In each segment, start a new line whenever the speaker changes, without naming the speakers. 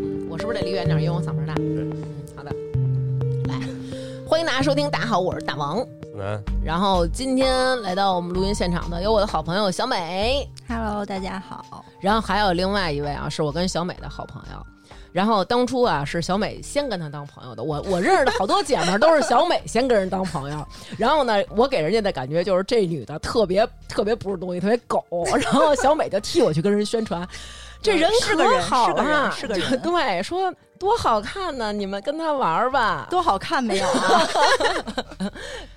离远点，因为呃我嗓门大。
对
嗯，好的，来，欢迎大家收听，大家好，我是大王。
思南，
然后今天来到我们录音现场的有我的好朋友小美，
Hello，大家好。
然后还有另外一位啊，是我跟小美的好朋友。然后当初啊，是小美先跟她当朋友的。我我认识的好多姐们儿都是小美先跟人当朋友。 然后呢，我给人家的感觉就是这女的特别特别不是东西，特别狗。然后小美就替我去跟人宣 传，这人
是个
可
人
好了、
是个
就
人是个人
对，说多好看呢，你们跟她玩儿吧。
多好看没有啊？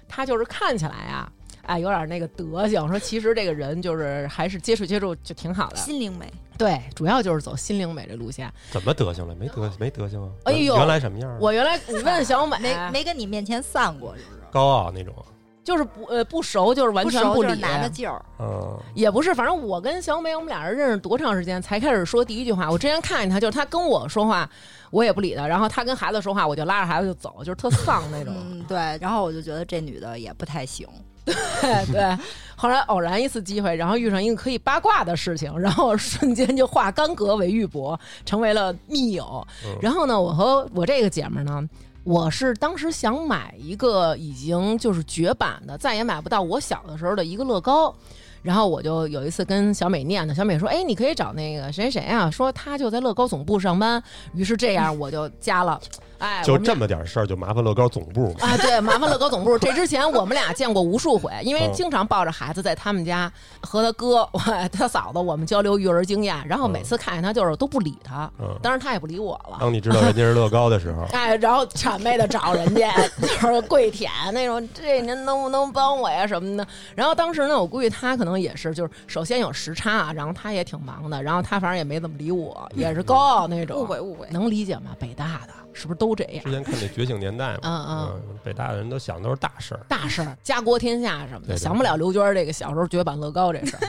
她就是看起来啊，哎，有点那个德行。说其实这个人就是还是接触接触就挺好的。
心灵美，
对，主要就是走心灵美这路线。
怎么德行了？没德没德行啊！
哎呦
原来什么样啊？
我原来你问小美，
没没跟你面前散过是不是？
高傲那种，啊
就是不呃不熟，就是完全
熟
不
就
理，
是拿着劲儿，
嗯，
也不是，反正我跟小美我们俩人认识多长时间才开始说第一句话。我之前看见她，就是她跟我说话，我也不理她，然后她跟孩子说话，我就拉着孩子就走，就是特丧那 种。
嗯，对。然后我就觉得这女的也不太行，
对 对，后来偶然一次机会，然后遇上一个可以八卦的事情，然后瞬间就化干戈为玉帛，成为了密友。
嗯
然后呢，我和我这个姐们儿呢，我是当时想买一个已经就是绝版的，再也买不到我小的时候的一个乐高。然后我就有一次跟小美念叨，小美说：“哎，你可以找那个谁谁谁啊，说他就在乐高总部上班。”于是这样我就加了，哎，
就
我们俩
这么点事儿就麻烦乐高总部 嘛。
啊，对，麻烦乐高总部。这之前我们俩见过无数回，因
嗯
为经常抱着孩子在他们家和他哥、我他嫂子我们交流育儿经验，然后每次看见他就是都不理他，
嗯，
当然他也不理我
啊
了。，
当你知道人家是乐高的 时候
哎，然后谄媚的找人家， 就是跪舔那种，这您能不能帮我呀什么的。然后当时呢，我估计他可能也是，就是首先有时差啊，然后他也挺忙的，然后他反正也没怎么理我，也是高傲那种，
误会误会，
能理解吗？北大的是不是都这样
之？前看那《觉醒年代》嘛，
嗯嗯，
北大的人都想都是大事儿，
大事儿，家国天下什么
对
的，
对
想不了刘娟儿这个小时候绝版乐高这 事儿。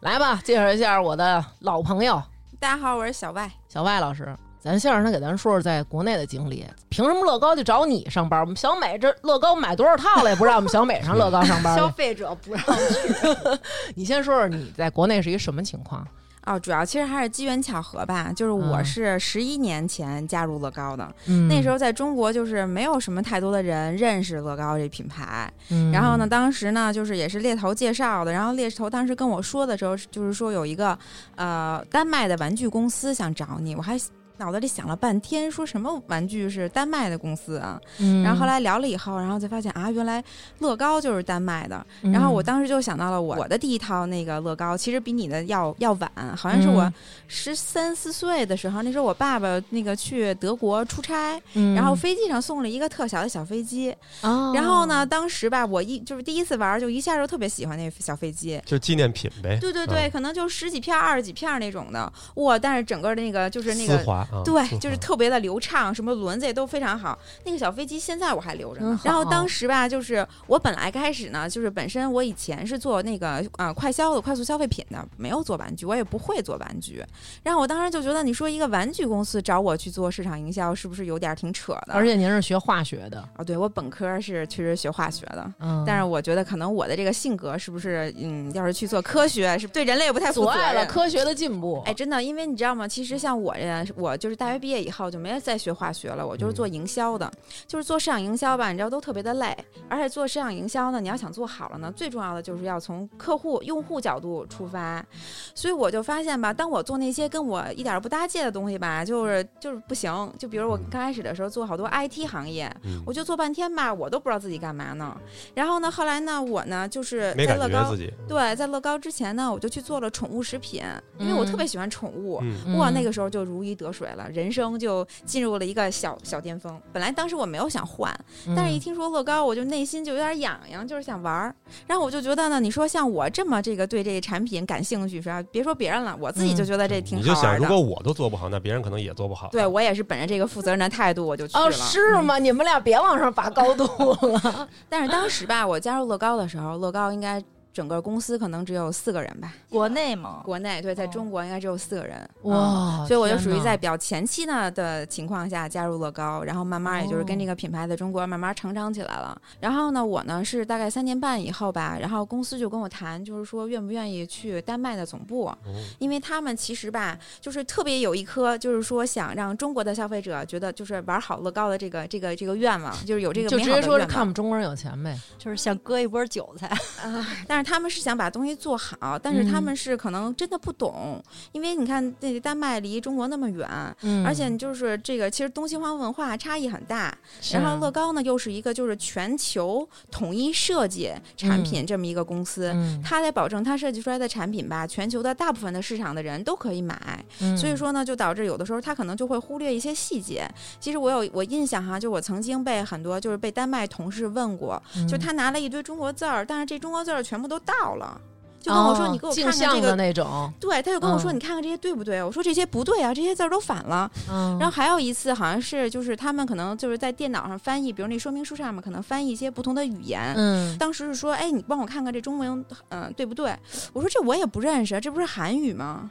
来吧，介绍一下我的老朋友
大家好，我是小外。
小外老师。咱先让他给咱说说在国内的经历，凭什么乐高就找你上班？我们小美这乐高买多少套了，也不让我们小美上乐高上 班
消
了。
费者不让。
你先说说你在国内是一什么情况？
哦，主要其实还是机缘巧合吧，就是我
嗯
是十一年前加入乐高的，
嗯
那时候在中国就是没有什么太多的人认识乐高这品牌，
嗯
然后呢，，当时呢就是也是猎头介绍的，然后猎头当时跟我说的时候，就是说有一个呃丹麦的玩具公司想找你，我还脑子里想了半天，说什么玩具是丹麦的公司啊，
嗯
然后后，来聊了以后，然后才发现啊，原来乐高就是丹麦的，
嗯
然后我当时就想到了我我的第一套那个乐高，其实比你的要要晚，好像是我
嗯
十三四岁的时候，那时候我爸爸那个去德国出差，
嗯
然后飞机上送了一个特小的小飞机，
哦
然后呢，当时吧，我一就是第一次玩，就一下就特别喜欢那小飞机。
就是纪念品呗。
对对
哎嗯
对，，可能就十几片、二十几片那种的，哇！但是整个的那个就是那
丝
个
滑啊，丝
对，
滑
就是特别的流畅，什么轮子也都非常好。那个小飞机现在我还留着
真
嗯
呢。
好
然后当时吧，就是我本来开始呢，就是本身我以前是做那个呃快消的、快速消费品的，没有做玩具，我也不会做玩具。然后我当时就觉得，你说一个玩具公司找我去做市场营销，是不是有点儿挺扯的？
而且您是学化学的，
啊，对我本科是确实学化学的。
嗯
但是我觉得，可能我的这个性格是不是，嗯，要是去做科学，是对人类不太负
阻
责
碍了
任。
科学嗯的进步。
哎，真的，因为你知道吗？其实像我这，我就是大学毕业以后就没再学化学了，我
嗯
就是做营销的，就是做市场营销吧，你知道都特别的累，而且做市场营销呢，你要想做好了呢，最重要的就是要从客户、用户角度出发，所以我就发现吧，当我做那些跟我一点儿不搭界的东西吧，就是就是不行。就比如我
嗯
刚开始的时候做好多 IT 行业，
嗯
我就做半天吧，我都不知道自己干嘛呢。然后呢，后来呢，我呢就是
没
在
感
乐
觉
高
自，己，
对，在乐高之前呢，我就去做了宠物食品，因为我特别喜欢宠物。
嗯，
哇，那
嗯
个时候就如鱼得水了，人生就进入了一个小小巅峰。本来当时我没有想换，
嗯
但
嗯
是一听说乐高，我就内心就有点痒痒，就是想玩儿。然后我就觉得呢，你说像我这么这个对这个产品感兴趣是吧？别说别人了，我自己就
嗯
觉得这挺
你
好
就
玩
想，
儿
如
的。
果我都做不好，那别人可能也做不好。
对，我也是本着这个负责任的态度，我就去了。嗯
哦，是吗？你们俩别往上拔高度了。
但是当时吧，我加入乐高的时候，乐高应该整个公司可能只有四个人吧，
国内嘛，
国内对，在
哦
中国应该只有四个人。嗯
哇，
所以我就属于
天
在
哪
比较前期呢的情况下加入乐高，然后慢慢也就是跟
哦
这个品牌在中国慢慢成长起来了。然后呢，我呢是大概三年半以后吧，然后公司就跟我谈，就是说愿不愿意去丹麦的总部，
嗯
因为他们其实吧，就是特别有一颗就是说想让中国的消费者觉得就是玩好乐高的这个这个这个愿望，就是有这个
就
美
直
好
接
的
说是
愿望
看我们中国人有钱呗，
就是想割一波韭菜，
啊，但是他们是想把东西做好，但是
嗯
他们是可能真的不懂，因为你看那丹麦离中国那么远，
嗯，
而且就是这个其实东西方文化差异很大，
是啊
然后乐高呢又是一个就是全球统一设计产品这么一个公司。
嗯
它得保证它设计出来的产品吧，全球的大部分的市场的人都可以买，
嗯
所以说呢，就导致有的时候他可能就会忽略一些细节。其实我有我印象哈，就我曾经被很多就是被丹麦同事问过，就
嗯
他拿了一堆中国字儿，但是这中国字儿全部都到了，就跟我说
哦
你给我
镜
看看
像
这
的
个。
那种，
对，他就跟我说：“
嗯
你看看这些对不对？”我说：“这些不对啊，这些字儿都反了。”
嗯，
然后还有一次，好像是就是他们可能就是在电脑上翻译，比如那说明书上面可能翻译一些不同的语言。
嗯
当时是说：“哎，你帮我看看这中文，嗯、对不对？”我说：“这我也不认识，啊这不是韩语吗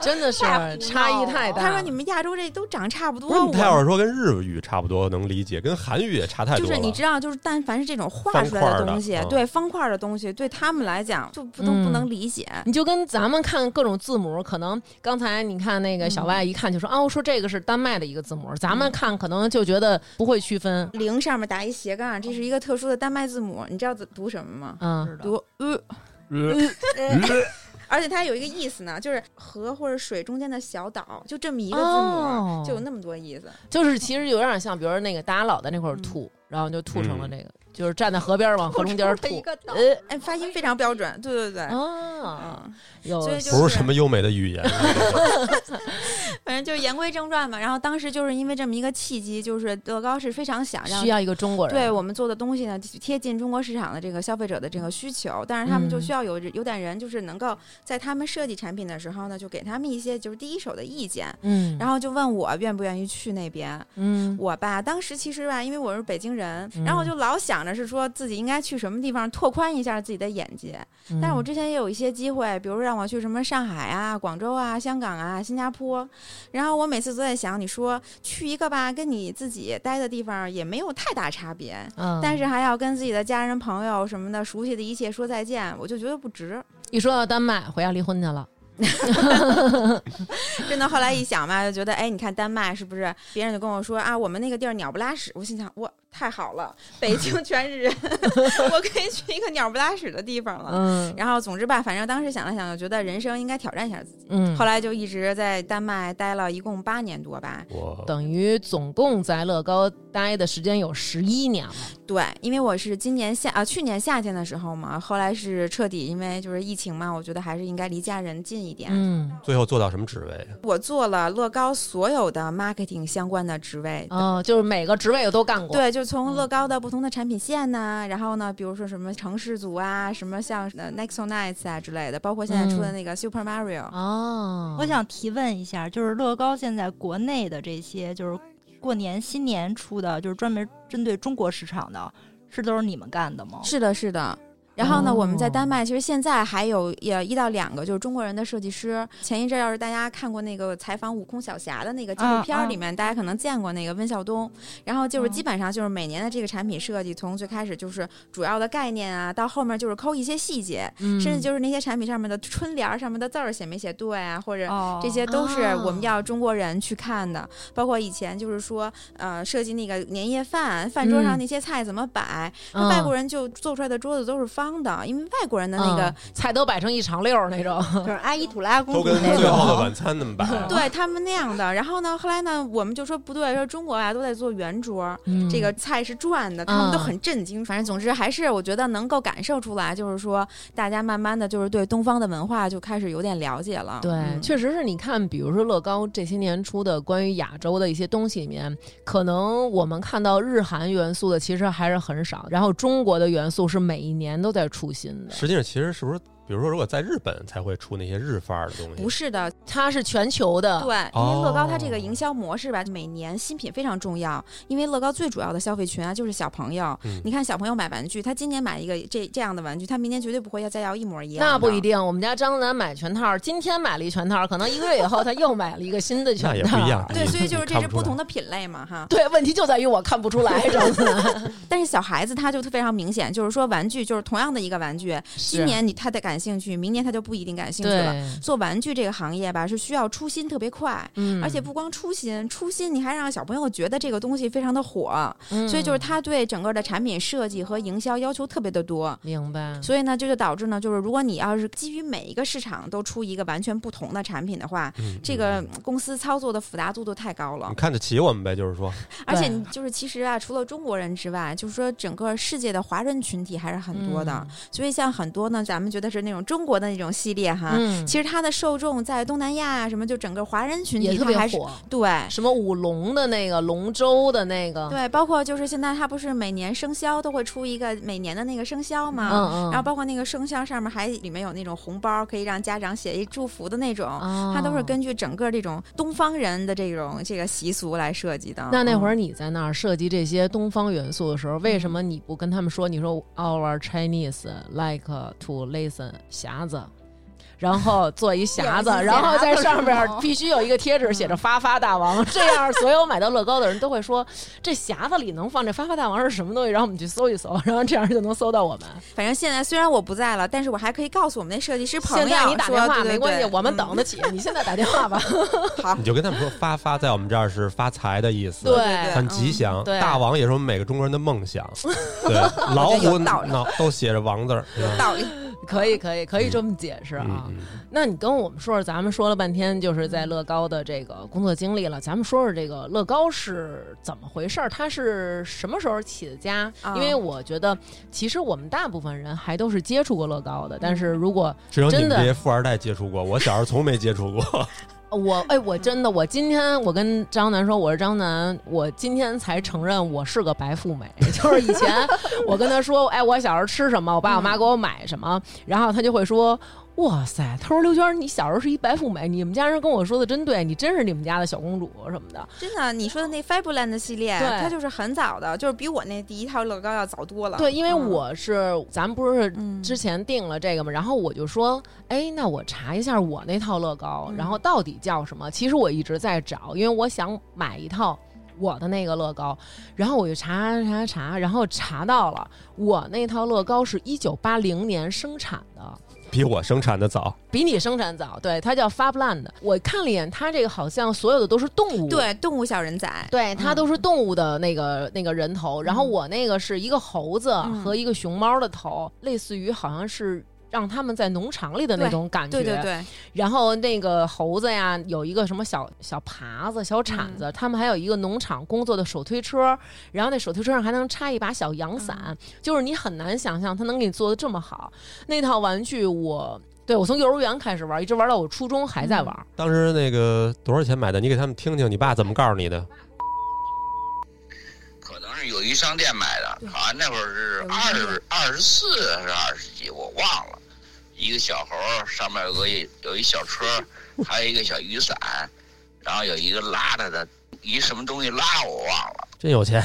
真的是
太胡
差
闹
异
了
太？”大了。
哎他说：“你们亚洲这都长差不多。
哦不是，
我”
你他要是说跟日语差不多能理解，跟韩语也差太
就
多了。
是你知道，就是但凡是这种画
方
出来
块儿的
东西，
嗯
对方块儿的东西，对他们来讲就不能、
嗯
不能理解。
你就跟咱们看各种字母，可能刚才你看那个小
嗯
外一看就说、哦，说这个是丹麦的一个字母，咱们看可能就觉得不会区分，
零上面打一斜杠，这是一个特殊的丹麦字母，你知道怎读什么吗？
嗯，
知道
读呃，
嗯
而且它有一个意思呢，就是河或者水中间的小岛，就这么一个字母，啊
哦
就有那么多意思。
就是其实有点像，比如那个大家老在那块儿
嗯
吐，然后就吐成了这个，就是站在河边儿往河中间儿
吐出了一
吐，
个岛
呃
哎，发音非常标准，对对对。
啊，
嗯，
有
所以就
不是什么优美的语言，
反正就是言归正传嘛。然后当时就是因为这么一个契机，就是乐高是非常想让
需要一个中国人，
对我们做的东西呢，贴近中国市场的这个消费者的这个需求，但是他们就
嗯
需要有有点人，就是能够在他们设计产品的时候呢，就给他们一些就是第一手的意见，
嗯，
然后就问我愿不愿意去那边。
嗯，
我吧，当时其实吧，因为我是北京人，
嗯
然后我就老想着是说自己应该去什么地方拓宽一下自己的眼界。
嗯
但是我之前也有一些机会，比如让我去什么上海啊、广州啊、香港啊、新加坡，然后我每次都在想，你说去一个吧，跟你自己待的地方也没有太大差别，
嗯，
但是还要跟自己的家人、朋友什么的熟悉的一切说再见，我就觉得不值。
一说到丹麦，回家离婚去了，
真的，后来一想吧，就觉得，哎，你看丹麦是不是？别人就跟我说啊，我们那个地儿鸟不拉屎。我心想，哇，太好了，北京全是 人，我可以去一个鸟不拉屎的地方了。
嗯
然后，总之吧，反正当时想了想，就觉得人生应该挑战一下自己。
嗯，
后来就一直在丹麦待了一共八年多吧。
我
等于总共在乐高待的时间有十一年了，
对，因为我是今年夏啊，去年夏天的时候嘛，后来是彻底因为就是疫情嘛，我觉得还是应该离家人近一点。
嗯，
最后做到什么职位？
我做了乐高所有的 marketing 相关的职位。
哦，就是每个职位我都干过，
对，就从
嗯
乐高的不同的产品线呐、然后呢，比如说什么城市组啊，什么像呃 Nexo Nights 啊之类的，包括现在出的那个 Super Mario，、
嗯哦，
我想提问一下，就是乐高现在国内的这些，就是过年新年出的，就是专门针对中国市场的，是都是你们干的吗？
是的，是的。然后呢，
哦
我们在丹麦其实现在还有也一到两个就是中国人的设计师。前一阵要是大家看过那个采访悟空小侠的那个纪
嗯
录片
啊
儿
啊
里面，大家可能见过那个温孝东。然后就是
嗯
基本上就是每年的这个产品设计，从最开始就是主要的概念啊，到后面就是抠一些细节，
嗯，
甚至就是那些产品上面的春联儿上面的字儿写没写对啊，或者
哦
这些都是
哦
我们要中国人去看的。包括以前就是说，呃，设计那个年夜饭，饭桌上
嗯
那些菜怎么摆，
嗯
外国人就做出来的桌子都是方的，因为外国人的那个
嗯。菜都摆成一长溜儿那种，
就是阿依土拉公
都
主
跟
那
最后的
种。
晚餐那么摆，
对他们那样的，然后呢，后来呢，我们就说不对，说中国啊都在做圆桌儿，
嗯
这个菜是转的，他们都
嗯
很震惊。反正总之还是我觉得能够感受出来，就是说大家慢慢的就是对东方的文化就开始有点了解了。
对，
嗯
确实是你看，比如说乐高这些年出的关于亚洲的一些东西里面，可能我们看到日韩元素的其实还是很少，然后中国的元素是每一年都在出新的。
实际上，其实是不是，比比如说，如果在日本才会出那些日范儿的东西，
不是的，
它是全球的，
对，因为乐高它这
哦
个营销模式吧，每年新品非常重要。因为乐高最主要的消费群啊，就是小朋友。
嗯
你看小朋友买玩具，他今年买一个这这样的玩具，他明年绝对不会要再要一模一样。
那不一。定，我们家张楠买全套，今天买了一全套，可能一个月以后他又买了一个新 的全套。
那也不一样
对，所以 就是这
你看
是
不出来
不同的品类嘛，哈。
对，问题就在于我看不出来，张楠。
嗯
但是小孩子他就非常明显，就是说玩具就是同样的一个玩具， 今年你他得感兴趣，明年他就不一定感兴趣 了。
对，
做玩具这个行业吧，是需要出新特别快，
嗯
而且不光出新，出新你还让小朋友觉得这个东西非常的火。所以就是
嗯
他对整个的产品设计和营销要求特别的多。
明白，
所以呢，这就导致呢，就是如果你要是基于每一个市场都出一个完全不同的产品的话，
嗯
这个公司操作的复杂度都太高了
嗯
你。看得起我们呗，就是说，
而且你就是其实啊，除了中国人之外，就是说整个世界的华人群体还是很多
嗯
的。所以像很多呢，咱们觉得是那种中国的那种系列哈，
嗯，嗯，
其实它的受众在东南亚啊什么，就整个华人群
也
体
特
它
别
还是
火，
对。
什么舞龙的那个龙舟的那个，
对，包括就是现在它不是每年生肖都会出一个每年的那个生肖吗？
嗯嗯，
啊然后包括那个生肖上面还里面有那种红包，可以让家长写一祝福的那种，
哦
它都是根据整个这种东方人的这种这个习俗来设计的。
那那会儿
嗯
你在那儿设计这些东方元素的时候，为什么你不跟他们说？你说 our Chinese like to listen 匣子，然后做一匣子，
有一匣子嗯
然后在上边
是吗
必须有一个贴纸写着“发发大王”，这样所有买到乐高的人都会说这匣子里能放这发发大王是什么东西，然后我们去搜一搜，然后这样就能搜到我们。
反正现在虽然我不在了，但是我还可以告诉我们那设计师朋友
现在你打电话
说对对
没关系，
对
我们
嗯
等得起，你现在打电话吧。
好
你，就跟他们说，发发在我们这儿是发财的意思，
对
很吉祥。
对
大王也是我们每个中国人的梦想， 对，老虎
嗯有道理
脑都写着王字儿，是吧
道理。
可以可以可以这么解释啊。
嗯嗯
那你跟我们说说，咱们说了半天就是在乐高的这个工作经历了，咱们说说这个乐高是怎么回事儿？它是什么时候起的家？
啊
因为我觉得，其实我们大部分人还都是接触过乐高的，但是如果
只有你
真
们
的
这些富二代接触过，我小时候从没接触过。
我哎，我真的，我今天我跟张楠说，我是张楠，我今天才承认我是个白富美。 就是以前我跟他说，哎，我小时候吃什么，我爸我妈给我买什么，然后他就会说。哇塞！他说刘娟，你小时候是一白富美，你们家人跟我说的真对，你真是你们家的小公主什么的。
真的，你说的那 Fabland 系列，
对
它就是很早的，就是比我那第一套乐高要早多了。
对，因为
嗯
我是咱们不是
嗯
之前定了这个嘛，然后我就说，哎，那我查一下我那套乐高，
嗯
然后到底叫什么？其实我一直在找，因为我想买一套我的那个乐高，然后我就查查查，然后查到了我那套乐高是一九八零年生产的。
比我生产的早，
比你生产早，对，它叫 Fabland。我看了一眼，它这个好像所有的都是动物，
对动物小人仔，
对，它都是动物的那个、那个人头，然后我那个是一个猴子
嗯
和一个熊猫的头，类似于好像是。让他们在农场里的那种感觉，
对对对，
然后那个猴子呀，有一个什么小小耙子、小铲
嗯
子，他们还有一个农场工作的手推车，然后那手推车上还能插一把小阳伞，
嗯
就是你很难想象他能给你做的这么好。那套玩具我。对，我从幼儿园开始玩，一直玩到我初中还在玩。
嗯
当时那个多少钱买的？你给他们听听，你爸怎么告诉你的？
可能是友谊商店买的，好像那会儿是二十二十四还是二十几，我忘了。一个小猴儿上面有个有一小车，还有一个小雨伞，然后有一个拉着的，一什么东西拉我忘了。
真有钱！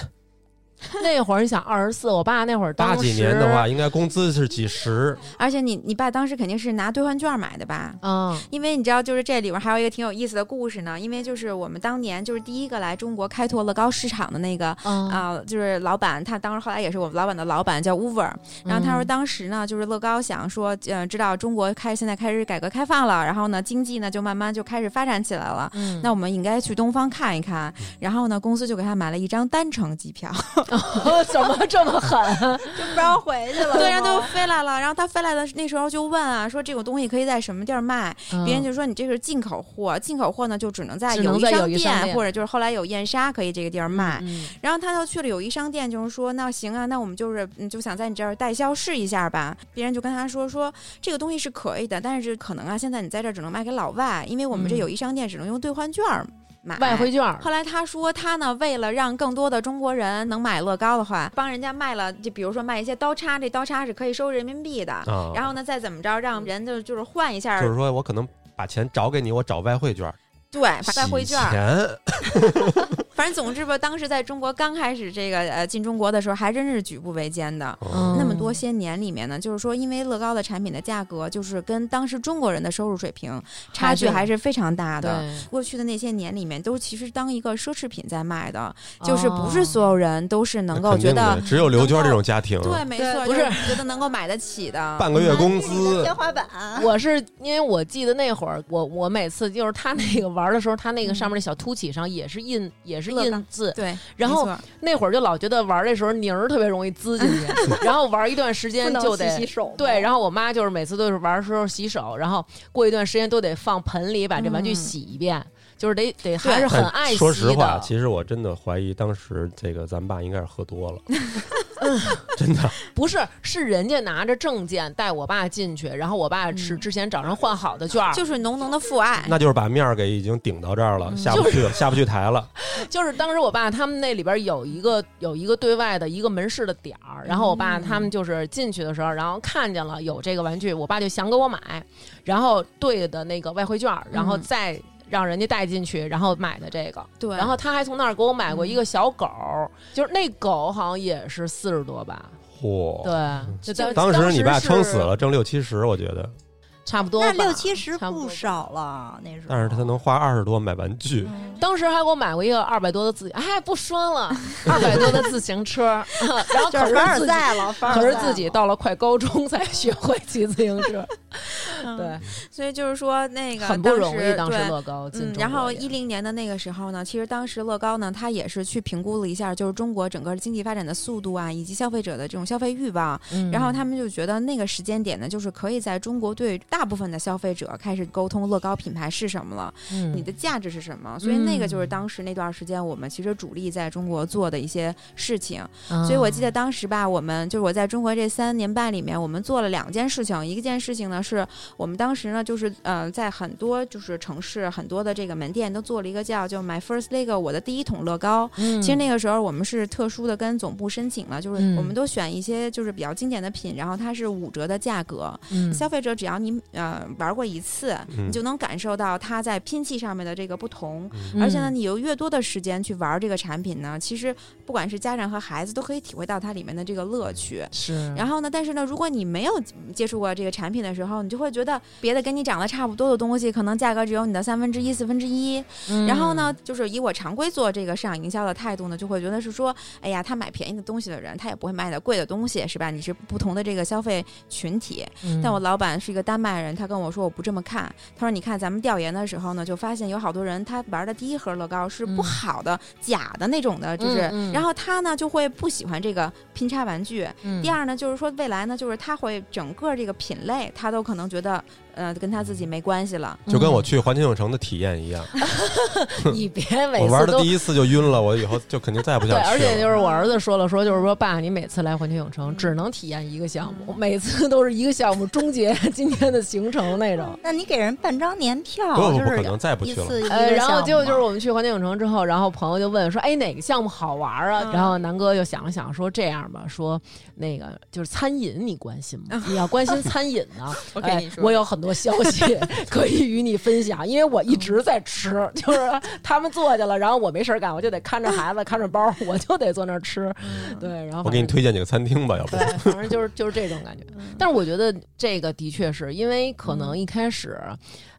那会儿你想二十四，我爸那会儿当
八
时
几年的话，应该工资是几十，
而且你你爸当时肯定是拿兑换券买的吧？
嗯，
因为你知道，就是这里边还有一个挺有意思的故事呢。因为就是我们当年就是第一个来中国开拓乐高市场的那个
啊，
啊、就是老板，他当时后来也是我们老板的老板，叫 Uber。然后他说，
嗯
当时呢，就是乐高想说，呃，知道中国开现在开始改革开放了，然后呢，经济呢就慢慢就开始发展起来了。
嗯
那我们应该去东方看一看，然后呢，公司就给他买了一张单程机票，
我 怎么这么狠？
就不让回去了
对，然后就飞来了。然后他飞来的那时候就问啊，说这种东西可以在什么地儿卖？别人就说你这是进口货，进口货呢就只能
嗯
在
只能
友谊
在友
商
谊商店
或者就是后来有燕莎可以这个地儿卖。
嗯
然后他就去了友谊商店，就是说那行啊，那我们就是嗯就想在你这儿代销试一下吧。别人就跟他说说这个东西是可以的，但是可能啊现在你在这儿只能卖给老外，因为我们这
嗯
友谊商店只能用兑换券儿。买
外汇券儿，
后来他说，他呢为了让更多的中国人能买乐高的话，帮人家卖了，就比如说卖一些刀叉，这刀叉是可以收人民币的。
哦
啊。
然后呢，再怎么着，让人就就是换一下，
就是说我可能把钱找给你，我找外汇券儿，
对外汇券
洗
儿。
钱
反正总之吧，当时在中国刚开始这个呃进中国的时候，还真是举步维艰的。
嗯
那么多些年里面呢，就是说，因为乐高的产品的价格，就是跟当时中国人的收入水平差距还是非常大的。
对，
过去的那些年里面，都其实当一个奢侈品在卖的，就是不
哦
是所有人都是能够
肯
觉
定
得
的，嗯只有刘娟这种家庭，
对，没错，
不
就是觉得能够买得起的。
半个
嗯
月工
啊
资
天花板，
我是因为我记得那会儿，我我每次就是他那个玩的时候，他那个上面那小凸起上也是印也是
乐高
印字，
对，
然后
没错
啊
那会儿就老觉得玩的时候泥儿特别容易滋进去，然后玩一段时
不
间
能
就
洗洗
得。
手吗。
对，然后我妈就是每次都是玩的时候洗手，然后过一段时间都得放盆里把这玩具
嗯
洗一遍，就是得得还是很
但
爱惜的。
说实话，其实我真的怀疑当时这个咱爸应该是喝多了，真的。
不是是人家拿着证件带我爸进去，然后我爸是之前早上换好的券儿，
嗯就是浓浓的父爱。
那就是把面儿给已经顶到这儿了，下不去了，下不去台了。
就是当时我爸他们那里边有一个有一个对外的一个门市的点儿，然后我爸
嗯
他们就是进去的时候，然后看见了有这个玩具，我爸就想给我买，然后兑的那个外汇券儿，然后
嗯
再让人家带进去，然后买的这个。
对，嗯
然后他还从那儿给我买过一个小狗儿，就是那狗好像也是四十多吧，
嚯！
对，就
当时你爸
是
撑死了，挣六七十，我觉得，
差不多吧，
那六七十
差不多
不少了，那时候。
但是他能花二十多买玩具，
嗯
当时还给我买过一个二百多的自，哎，不说了， 二百多的自行车，然后
就
可
是
是
凡尔
自己
赛了，凡尔
可
赛
是
了
自己到了快高中才学会骑自行车，对，
所以就是说嗯那个
很不容易。当
当
时
对
乐高进
嗯
中，国
然后
也
一零年的那个时候呢，其实当时乐高呢，它也是去评估了一下，就是中国整个经济发展的速度啊，以及消费者的这种消费欲望。
嗯
然后他们就觉得那个时间点呢，就是可以在中国对大部分的消费者开始沟通乐高品牌是什么了，
嗯
你的价值是什么。所以那个就是当时那段时间我们其实主力在中国做的一些事情。
嗯
所以我记得当时吧，我们就是我在中国这三年半里面，我们做了两件事情。一件事情呢，是我们当时呢，就是呃，在很多就是城市很多的这个门店都做了一个叫叫 My First Lego 我的第一桶乐高。
嗯
其实那个时候我们是特殊的跟总部申请了，就是
嗯
我们都选一些就是比较经典的品，然后它是五折的价格，
嗯
消费者只要你呃玩过一次，
嗯
你就能感受到它在拼砌上面的这个不同。
嗯
而且呢，你有越多的时间去玩这个产品呢，其实不管是家长和孩子都可以体会到它里面的这个乐趣。
是，
然后呢，但是呢，如果你没有接触过这个产品的时候，你就会觉得别的跟你长得差不多的东西，可能价格只有你的三分之一、四分之一。
嗯
然后呢，，就是以我常规做这个市场营销的态度呢，就会觉得是说，哎呀，他买便宜的东西的人，他也不会卖的贵的东西，是吧？你是不同的这个消费群体。
嗯
但我老板是一个丹麦人，他跟我说我不这么看。他说：“你看咱们调研的时候呢，就发现有好多人他玩的第一盒乐高是不
嗯
好的、假的那种的，就是，
嗯嗯
然后他呢就会不喜欢这个拼插玩具。
嗯
第二呢，就是说未来呢，就是他会整个这个品类，他都可能觉得呃跟他自己没关系了。
就跟
嗯
我去环球影城的体验一样，
你别
我
每
玩
次
的
都
第一次就晕了，我以后就肯定再也不
对，
想去了。
而且就是我儿子说了说，就是说爸，你每次来环球影城只能体验一个项
嗯
目，每次都是一个项目终结今天的行程那种。
那你给人办张年票，
不不
就
不
是
可能再也不
一
去了。
次一
呃，
个
然后
项
结果
目
就是
嘛
我们去环球影城之后，然后朋友就问说：“哎，哪个项目好玩啊？”
嗯
然后南哥就想了想说：“这样吧，说那个就是餐饮，你关心 吗？你要关心餐饮呢，
我跟
哎
你，说
我有很多消 息可以与你分享，因为我一直在
嗯
吃， 就是他们做去了，然后我没事儿干，我就得看着孩子，看着包，我就得坐那儿吃。
嗯
对，然后
我
反
给
正
你推荐几个餐厅吧，要 不
对，反正就是就是这种感觉。
嗯
但是我觉得这个的确是因为可能一开始，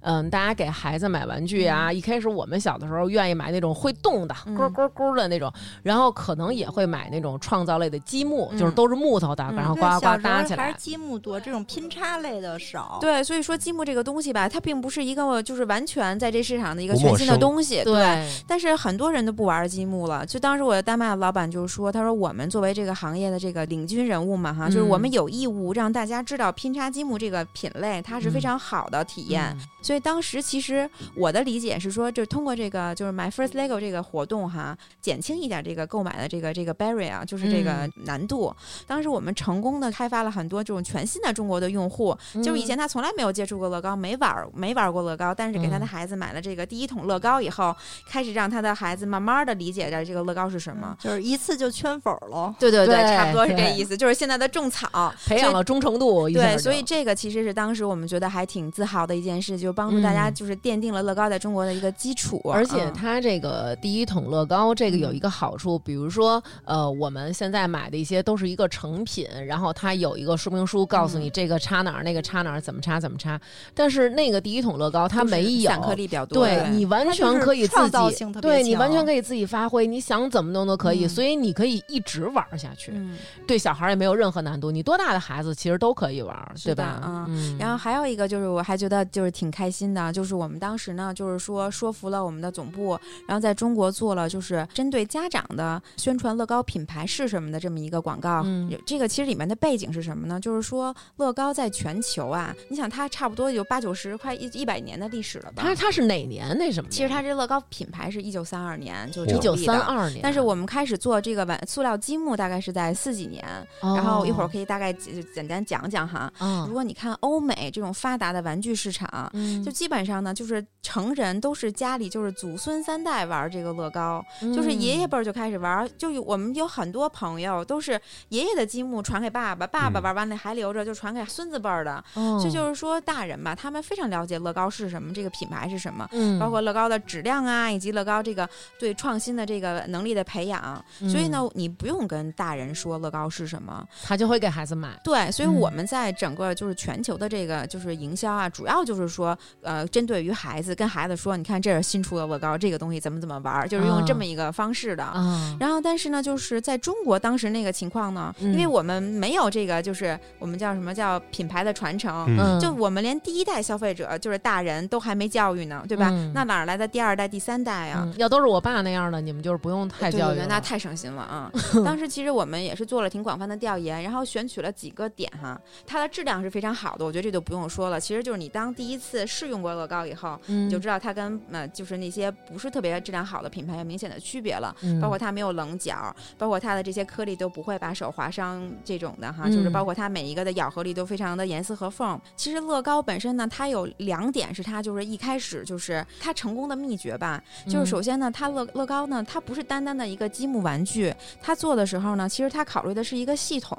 嗯，大家给孩子买玩具啊，一开始我们小的时候愿意买那种会动的，
嗯
咕咕咕的那种，然后可能也会买那种创造类的积木，
嗯
就是都是木头的，
嗯
然后
对
呱呱
小
呱
时
搭
候
起
还
来
是。积木多，这种拼插类的少。
对，所以说积木这个东西吧，它并不是一个就是完全在这市场的一个
不陌
全新的
生
东西，对。
对，
但是很多人都不玩积木了。就当时我的丹麦老板就说：“他说我们作为这个行业的这个领军人物嘛，哈，就是
嗯
我们有义务让大家知道拼插积木这个品类，它是非常好的体验。
嗯
所以当时其实我的理解是说，就是通过这个就是 My First Lego 这个活动哈，减轻一点这个购买的这个这个 barrier 啊，就是这个
嗯
难
嗯
度。当时我们成功的开发了很多这种全新的中国的用户，就是以前他从来没有接触过乐高，没玩儿没玩过乐高，但是给他的
嗯
孩子买了这个第一桶乐高以后，开始让他的孩子慢慢的理解着这个乐高是什么。
就是一次就圈粉儿喽。
对对
嗯对
差不多是这
对
意思，就是现在的种草，
培养了忠诚度一下就，
对，所以这个其实是当时我们觉得还挺自豪的一件事，就帮助大家
嗯
就是奠定了乐高在中国的一个基础。
而且
嗯
它这个第一桶乐高，这个有一个好处，比如说，呃，我们现在买的一些都是一个成品，然后它有一个说明书告
嗯
诉你这个插哪儿，那个插哪儿，怎么插怎么插。但是那个第一桶乐高它
都是
没有
散颗粒比较多，
对你完
它就
全
是
可以
创
自
造
己
性特，别
对你完全
强
可以自己发挥，你想怎么弄都可以，
嗯
所以你可以一直玩儿下去，
嗯，
对小孩儿也没有任何难度。你多大的孩子其实都可以玩儿，
是
对
的
吧？嗯
然后还有一个就是，我还觉得就是挺开心的，就是我们当时呢，就是说说服了我们的总部，然后在中国做了就是针对家长的宣传乐高品牌是什么的这么一个广告。
嗯
有这个其实里面的背景是什么呢？就是说乐高在全球啊，你想它差不多有八九十快一一百年的历史了吧？
他他是哪年那什么年？
其实它这乐高品牌是一九三二年就
一
成
九
立
三
的。
二年，啊
但是我们开始做这个玩塑料积木，大概是在四几年，
哦
然后一会儿可以大概简简单讲讲哈。
啊
如，果你看欧美这种发达的玩具市场，
嗯
就基本上呢，就是成人都是家里就是祖孙三代玩这个乐高，
嗯
就是爷爷辈儿就开始玩，就有我们有很多朋友都是爷爷的积木传给爸爸，爸爸
嗯
玩完了还留着，就传给孙子辈儿的。
嗯，
这
这
就是说，大人吧，他们非常了解乐高是什么，这个品牌是什么。
嗯，
包括乐高的质量啊，以及乐高这个对创新的这个能力的培养，
嗯
所以呢，，你不用跟大人说乐高是什么，
他就会给孩子买。
对，所以
嗯
我们在整个就是全球的这个就是营销啊，主要就是说，呃，针对于孩子，跟孩子说，你看这是新出的乐高，这个东西怎么怎么玩儿，就是用这么一个方式的。
啊，
然后，但是呢，就是在中国当时那个情况呢，
嗯
因为我们没有这个，就是我们叫什么叫品牌的传承，
嗯
嗯，
就我们连第一代消费者就是大人都还没教育呢，对吧？
嗯
那哪儿来的第二代、第三代啊呀、
嗯要都是我爸那样的，你们就是不用太
对
教
对
育
对，
了
那太省心 了啊！当时其实我们也是做了挺广泛的调研，然后选取了几个点哈，它的质量是非常好的，我觉得这就不用说了。其实就是你当第一次试用过乐高以后，
嗯
你就知道它跟呃就是那些不是特别质量好的品牌有明显的区别了。
嗯
包括它没有棱角，包括它的这些颗粒都不会把手划伤这种的哈，就是
嗯
包括它每一个的咬合力都非常的严丝合缝。其实乐高本身呢，它有两点是它就是一开始就是它成功的秘诀吧，
嗯
就是首先呢，它乐乐高呢，它不是单单的一个积木玩具，它做的时候呢，其实它考虑的是一个系统。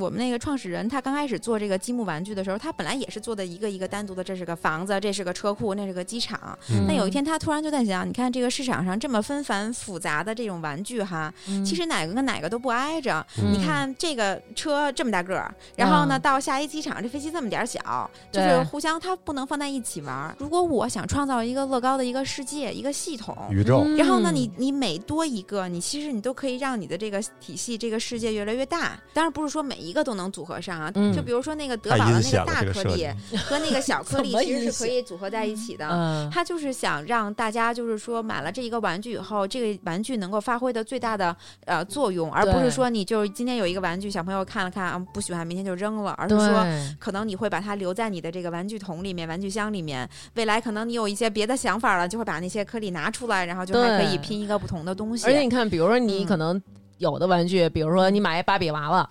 我们那个创始人他刚开始做这个积木玩具的时候，他本来也是做的一个一个单独的，这是个房子，这是个车库，那是个机场。
嗯
但有一天他突然就在想，你看这个市场上这么纷繁复杂的这种玩具哈，
嗯
其实哪个跟哪个都不挨着。
嗯
你看这个车这么大个儿，然后呢，
嗯
到下一机场这飞机这么点儿小，就是
对
互相它不能放在一起玩儿。如果我想创造一个乐高的一个世界，一个系统。
宇宙，
嗯
然后呢，你你每多一个，你其实你都可以让你的这个体系、这个世界越来越大。当然不是说每一个都能组合上啊，
嗯
就比如说那个德
太
宝的
阴
那
险了
大
这个
颗
设
粒
计
和那个小颗 粒
怎么
其实
阴
是可以组合在一起的。
嗯
他就是想让大家就是说买了这一个玩具以后，这个玩具能够发挥的最大的呃作用，而不
对
是说你就是今天有一个玩具，小朋友看了看啊不喜欢，明天就扔了，而是
对
说。可能你会把它留在你的这个玩具桶里面、玩具箱里面。未来可能你有一些别的想法了，就会把那些颗粒拿出来，然后就还可以
对
拼一个不同的东西。
而且你看，比如说你
嗯
可能有的玩具，比如说你买一芭比娃娃，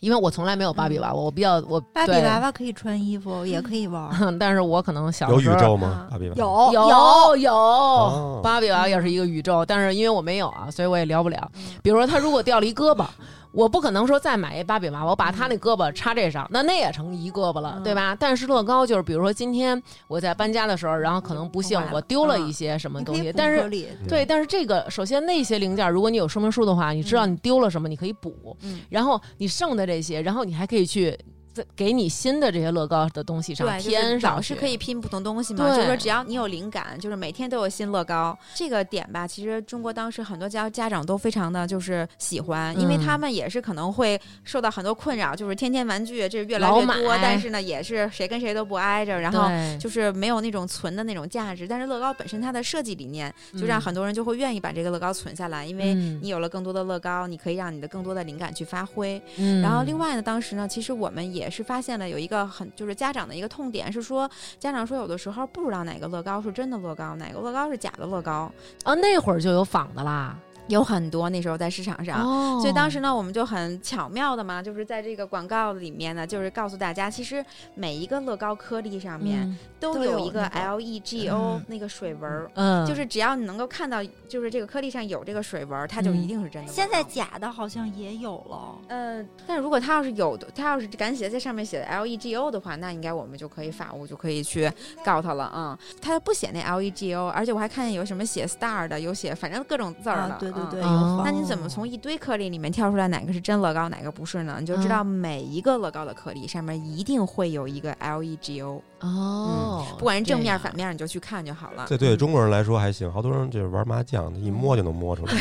因为我从来没有芭比
嗯
娃娃，我比较我
芭比娃
娃，
娃可以穿衣服，也可以玩儿。
对但是我可能小
有宇
时候
宙
啊
吗？芭比娃娃
有
嗯有有。
哦
嗯
芭比娃娃也是一个宇宙，但是因为我没有啊，所以我也聊不了
嗯。
比如说，他如果掉了一胳膊，我不可能说再买一芭比娃娃，我把他那胳膊插这上，那那也成一胳膊了，
嗯
对吧？但是乐高就是，比如说今天我在搬家的时候，然后可能不幸
坏了嗯
我丢了一些什么
你
东
可以
西，
补
但
颗
是
粒
对，但是这个首先那些零件，如果你有说明书的话，你知道你丢了什么，你可以补。
嗯
然后你剩的这些，然后你还可以去再给你新的这些乐高的东西上
对，就是
添上
老
去
是可以拼不同东西嘛，
对
就是说只要你有灵感，就是每天都有新乐高这个点吧。其实中国当时很多家家长都非常的就是喜欢，因为
嗯
他们也是可能会受到很多困扰，就是天天玩具这越来
老
越多
买，
但是呢也是谁跟谁都不挨着，然
对，
后。就是没有那种存的那种价值，但是乐高本身它的设计理念就让
嗯
很多人就会愿意把这个乐高存下来，因为
嗯
你有了更多的乐高，你可以让你的更多的灵感去发挥。
嗯
然后另外呢，当时呢，其实我们也是发现了有一个很就是家长的一个痛点是说，家长说有的时
哦
候不知道哪个乐高是真的乐高，哪个乐高是假的乐高。
啊，那会儿就有仿的啦。
有很多那时候在市场上。
哦
啊所以当时呢，我们就很巧妙的嘛，就是在这个广告里面呢，就是告诉大家，其实每一个乐高颗粒上面
嗯
都
都
有
有
一个
那个
L E G O 那个水纹儿，
嗯，
就是只要你能够看到，就是这个颗粒上有这个水纹儿，它就
嗯
一定是真的乐高。
现在假的好像也有了，
呃，但如果他要是有的，他要是敢写在上面写的 L E G O 的话，那应该我们就可以法务就可以去告他了啊、嗯。他不写那 L E G O，而且我还看见有什么写 star 的，有写反正各种字儿的、
啊，对对
嗯
对，
嗯
有
那
放
你怎么从一堆颗粒里面挑出来哪个是真乐高，哪个不是呢？你就知
嗯
道每一个乐高的颗粒上面一定会有一个 L E G O，
哦，
嗯不管是正面
这样
反面，你就去看就好了。
这对中国人来说还行，好多人就是玩麻将，一摸就能摸出来。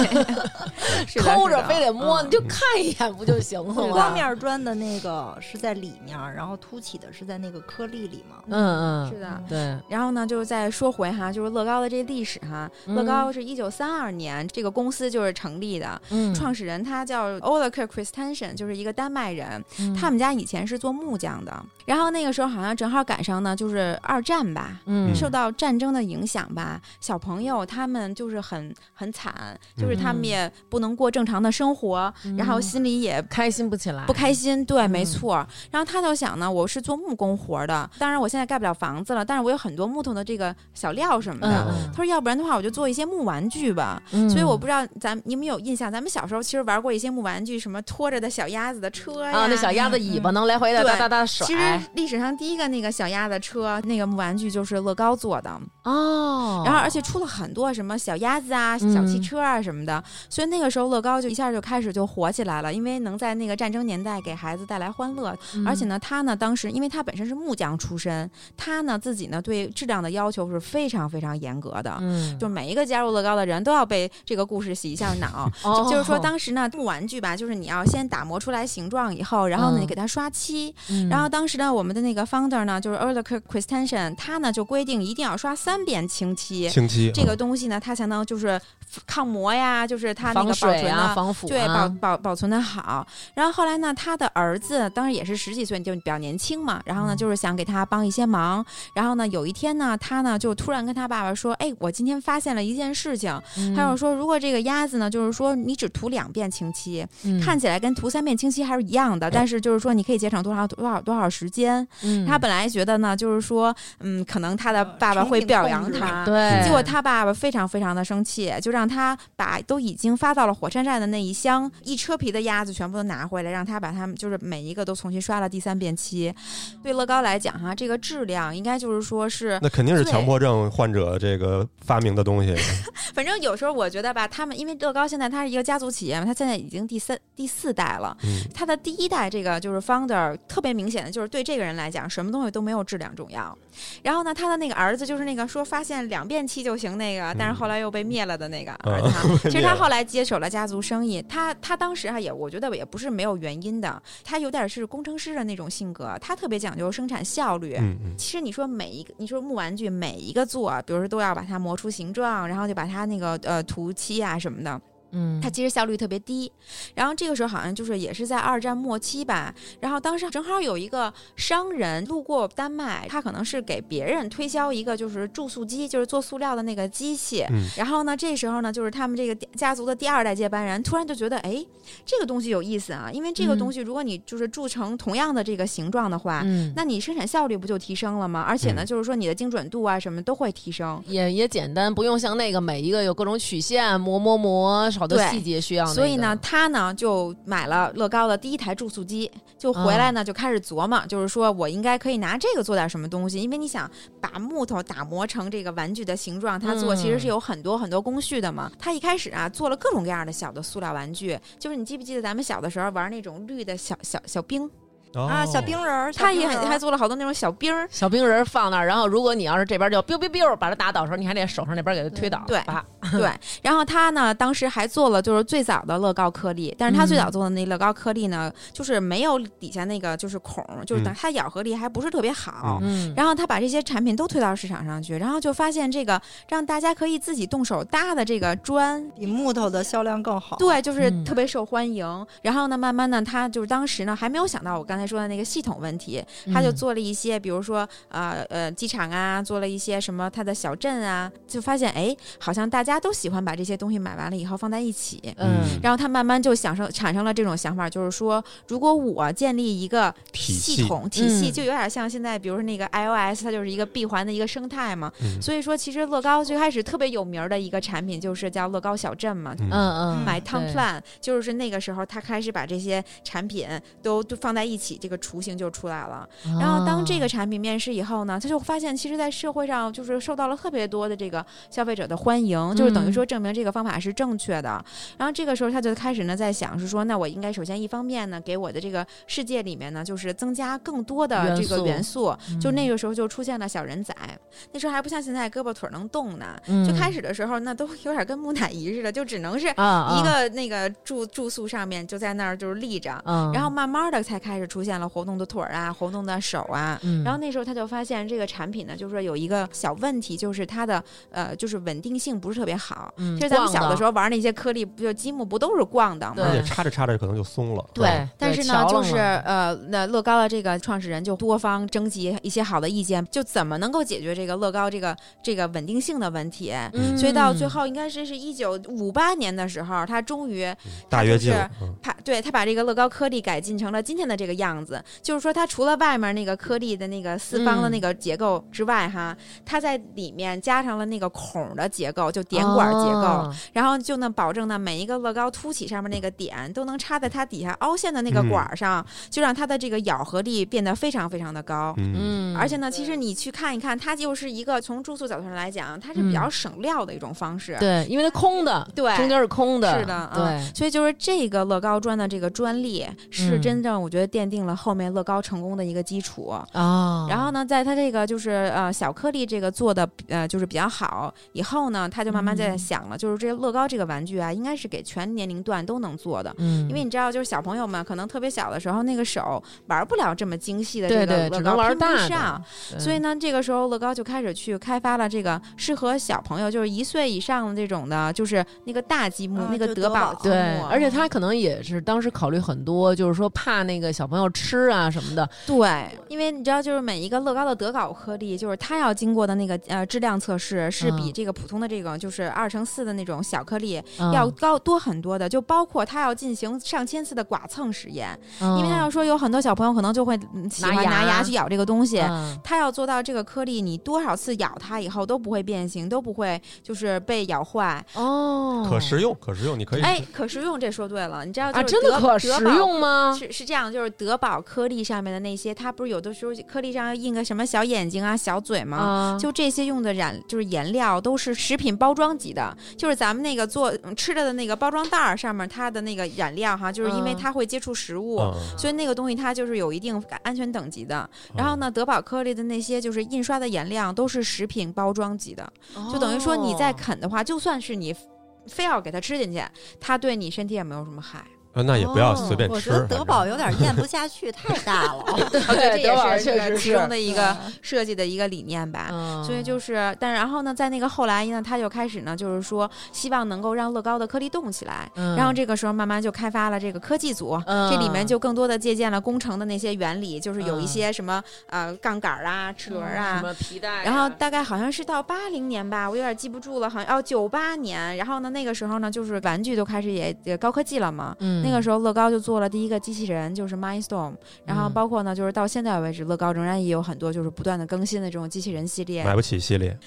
是的
抠着
是的
非得摸，
嗯
你就看一眼不就行了吗？
光面砖的那个是在里面，然后凸起的是在那个颗粒里嘛。
嗯
是
嗯，
的。
对，
然后呢，就是再说回哈，就是乐高的这历史哈，乐高是一九三二年这个公司就是成立的，
嗯
创始人他叫 Ola k Christensen，就是一个丹麦人。
嗯
他们家以前是做木匠的，然后那个时候好像正好赶上呢，就是二战吧。
嗯
受到战争的影响吧，小朋友他们就是很很惨，就是他们
嗯
也不能过正常的生活，然后
嗯
心里也
开心不起来，
不开心，对，没
嗯
错。然后他就想呢，我是做木工活儿的，当然我现在盖不了房子了，但是我有很多木头的这个小料什么的。
嗯，
他说，要不然的话，我就做一些木玩具吧。
嗯，
所以我不知道咱你们有印象，咱们小时候其实玩过一些木玩具，什么拖着的小鸭子的车呀，
啊，那小鸭子尾巴能来回的
嗯对
哒哒哒甩，
其实历史上第一个那个小鸭子车那个木玩具就是乐高做的，
哦，
然后而且出了很多什么小鸭子啊、小
嗯
汽车啊什么的，所以那个时候乐高就一下就开始就火起来了，因为能在那个战争年代给孩子带来欢乐，
嗯
而且呢，他呢当时因为他本身是木匠出身，他呢自己呢对质量的要求是非常非常严格的，
嗯，
就每一个加入乐高的人都要被这个故事洗一下 脑。
哦
就就是说，当时呢，木玩具吧，就是你要先打磨出来形状以后，然后呢，
嗯
你给它刷漆。
嗯
然后当时呢，我们的那个 founder 呢，就是 e r l i c h Christensen，他呢就规定一定要刷三遍清漆，
清晰，嗯
这个
哦
东西呢，它才能就是抗磨呀，就是它那个
防
保存
水
的、
啊，防腐
对，保
啊，
保保存的好。然后后来呢，他的儿子当然也是十几岁，就比较年轻嘛。然后呢，
嗯
就是想给他帮一些忙。然后呢，有一天呢，他呢就突然跟他爸爸说：“哎，我今天发现了一件事情。
嗯
他就说，如果这个鸭子呢，就是说你只涂两遍清漆，
嗯
看起来跟涂三遍清漆还是一样的，但是就是说你可以节省多少多少多少时间。
嗯
他本来觉得呢，就是说，嗯，可能他的爸爸会表扬
冲顶
他，
对，
结果他爸爸非常非常的生气，就让他把都已经发到了火车站的那一箱一车皮的鸭子全部都拿回来，让他把它们就是每一个都重新刷了第三遍漆。对乐高来讲哈，这个质量应该就是说是，
那肯定是
对
强迫症患者这个发明的东西。
反正有时候我觉得吧，他们因为乐高现在它是一个家族企业嘛，它现在已经第三第四代了。
嗯，
它的第一代这个就是 founder，特别明显的就是对这个人来讲，什么东西都没有质量重要。然后呢，他的那个儿子就是那个说发现两遍漆就行那个，但是后来又被灭了的那个儿子哈。其实他后来接手了家族生意，他他当时啊也我觉得也不是没有原因的，他有点是工程师的那种性格，他特别讲究生产效率。
嗯嗯，
其实你说每一个，你说木玩具每一个做，比如说都要把它磨出形状，然后就把它那个呃涂漆啊什么的，
嗯
它其实效率特别低。然后这个时候好像就是也是在二战末期吧，然后当时正好有一个商人路过丹麦，他可能是给别人推销一个就是注塑机，就是做塑料的那个机器。
嗯
然后呢，这时候呢，就是他们这个家族的第二代接班人突然就觉得，哎，这个东西有意思啊，因为这个
嗯
东西如果你就是铸成同样的这个形状的话。
嗯
那你生产效率不就提升了吗？而且呢，
嗯
就是说你的精准度啊什么都会提升。
也也简单，不用像那个每一个有各种曲线、磨磨磨，好多
对
细节需要那个。
所以呢，他呢就买了乐高的第一台注塑机，就回来呢、就开始琢磨，就是说我应该可以拿这个做点什么东西，因为你想把木头打磨成这个玩具的形状，它做
嗯
其实是有很多很多工序的嘛。他一开始啊做了各种各样的小的塑料玩具，就是你记不记得咱们小的时候玩那种绿的小小小兵，
啊，
哦
小冰人儿，
他也
小冰人儿
还做了好多那种小兵儿。
小冰人放那儿，然后如果你要是这边就 biu biu biu 把它打倒的时候，你还得手上那边给它推倒，
对
把
对，然后他呢，当时还做了就是最早的乐高颗粒，但是他最
嗯
早做的那乐高颗粒呢，就是没有底下那个就是孔，就是
嗯
等它咬合力还不是特别好。
嗯，
然后他把这些产品都推到市场上去，然后就发现这个让大家可以自己动手搭的这个砖。
比木头的销量更好。
对，就是
嗯
特别受欢迎。然后呢，慢慢呢，他就是当时呢还没有想到我刚才才说的那个系统问题，他
嗯
就做了一些，比如说呃呃机场啊，做了一些什么他的小镇啊，就发现哎，好像大家都喜欢把这些东西买完了以后放在一起，
嗯
嗯
然后他慢慢就想生产生了这种想法，就是说，如果我建立一个
体
系
系
统体系，
嗯
就有点像现在，比如说那个 iOS，它就是一个闭环的一个生态嘛。
嗯
所以说，其实乐高最开始特别有名儿的一个产品就是叫乐高小镇嘛。
嗯嗯，
买 Town
对
Plan 就是那个时候，他开始把这些产品都都放在一起，这个雏形就出来了。然后当
哦
这个产品面世以后呢，他就发现，其实，在社会上就是受到了特别多的这个消费者的欢迎，就是
嗯
等于说证明这个方法是正确的。然后这个时候，他就开始呢在想，是说，那我应该首先一方面呢，给我的这个世界里面呢，就是增加更多的
元
这个
素
元素。
嗯
就那个时候就出现了小人仔，那时候还不像现在胳膊腿儿能动呢。
嗯
就开始的时候，那都有点跟木乃伊似的，就只能是
啊啊
一个那个住住宿上面就在那儿就是立着，
嗯，
然后慢慢的才开始出现了活动的腿儿啊，活动的手啊。
嗯
然后那时候他就发现这个产品呢，就是说有一个小问题，就是它的呃，就是稳定性不是特别好。
嗯
其实咱们小的时
候
候玩那些颗粒，不就积木不都是逛的
而
吗？
对
且插着插着可能就松了。是吧
对，
但
对
是呢，
瞧
就
了
是
嘛
呃，那乐高的这个创始人就多方征集一些好的意见，就怎么能够解决这个乐高这个这个稳定性的问题。
嗯
所以到最后，应该是是一九五八年的时候，他终于
大
就
跃进
是
了。嗯
他对他把这个乐高颗粒改进成了今天的这个样子，就是说它除了外面那个颗粒的那个四方
嗯
的那个结构之外，哈，它在里面加上了那个孔的结构，就点管结构，
哦
然后就能保证呢每一个乐高凸起上面那个点都能插在它底下凹陷的那个
嗯
管儿上，就让它的这个咬合力变得非常非常的高。
嗯，
嗯，
而且呢，其实你去看一看，它就是一个从住宿角度上来讲，它是
嗯
比较省料的一种方式。
对，因为它空的，
对
中间是空的，
是的嗯
对，
所以就是这个乐高砖的这个专利，是
嗯
真正我觉得奠定了后面乐高成功的一个基础。
哦，
嗯然后呢，在它这个就是呃小颗粒这个做的呃就是比较好以后呢，他就慢慢在
嗯
想了，就是这乐高这个玩具啊，应该是给全年龄段都能做的。
嗯，
因为你知道，就是小朋友们可能特别小的时候，那个手玩不了这么精细的这
对
个
对，
乐
只
高，
能玩
拼不
大
上
的。，嗯对
所以呢，这个时候乐高就开始去开发了这个适合小朋友，就是一岁以上的这种的，就是那个大积木，
嗯
啊
那个
就
德
德
宝
宝
积木。啊
对，而且他可能也是当时考虑很多，就是说怕那个小朋友吃啊什么的，
对，因为你知道，就是每一个乐高的德稿颗粒，就是它要经过的那个呃质量测试，是比
嗯
这个普通的这种就是二乘四的那种小颗粒
嗯
要高多很多的，就包括它要进行上千次的剐蹭实验，因为它要说有很多小朋友可能就会嗯喜
嗯拿
欢拿
牙
牙去咬这个东西。
嗯
它要做到这个颗粒，你多少次咬它以后都不会变形，都不会就是被咬坏。
哦，
嗯可食用，可食用，你可以
哎，可食用这说对了，你知道
啊，
嗯就是
真的
德
可食
德宝
用吗？
是是这样，就是德宝颗粒上面的那些，它不是有的时候颗粒上要印个什么小眼睛啊、小嘴吗？
啊，
就这些用的染就是颜料都是食品包装级的，就是咱们那个做嗯吃的的那个包装袋儿上面它的那个染料哈，就是因为
嗯
它会接触食物。
嗯
所以那个东西它就是有一定安全等级的，然后呢，德宝颗粒的那些就是印刷的颜料都是食品包装级的，就等于说你 在
哦
啃的话，就算是你非要给它吃进去，它对你身体也没有什么害。
啊那也不要随
哦
便
我
吃。
觉得
反
德
正
宝有点咽不下去，太大了。嗯
对
对，
德宝
这
确
也是
实
其
是
中的 一个设计的一个理念吧。
嗯
所以就是，但然后呢，在那个后来呢，他就开始呢，就是说希望能够让乐高的颗粒动起来。
嗯
然后这个时候慢慢就开发了这个科技组，
嗯
这里面就更多的借鉴了工程的那些原理，就是有一些什么、呃杠杆儿啊、齿轮儿啊
什。么皮带啊，
然后大概好像是到八零年吧，我有点记不住了，好像哦九八年。然后呢，那个时候呢，就是玩具都开始也也高科技了嘛，
嗯
那个时候乐高就做了第一个机器人，就是 Mindstorm，然后
嗯
包括呢，就是到现在为止，乐高仍然也有很多就是不断的更新的这种机器人系列，
买不起系列，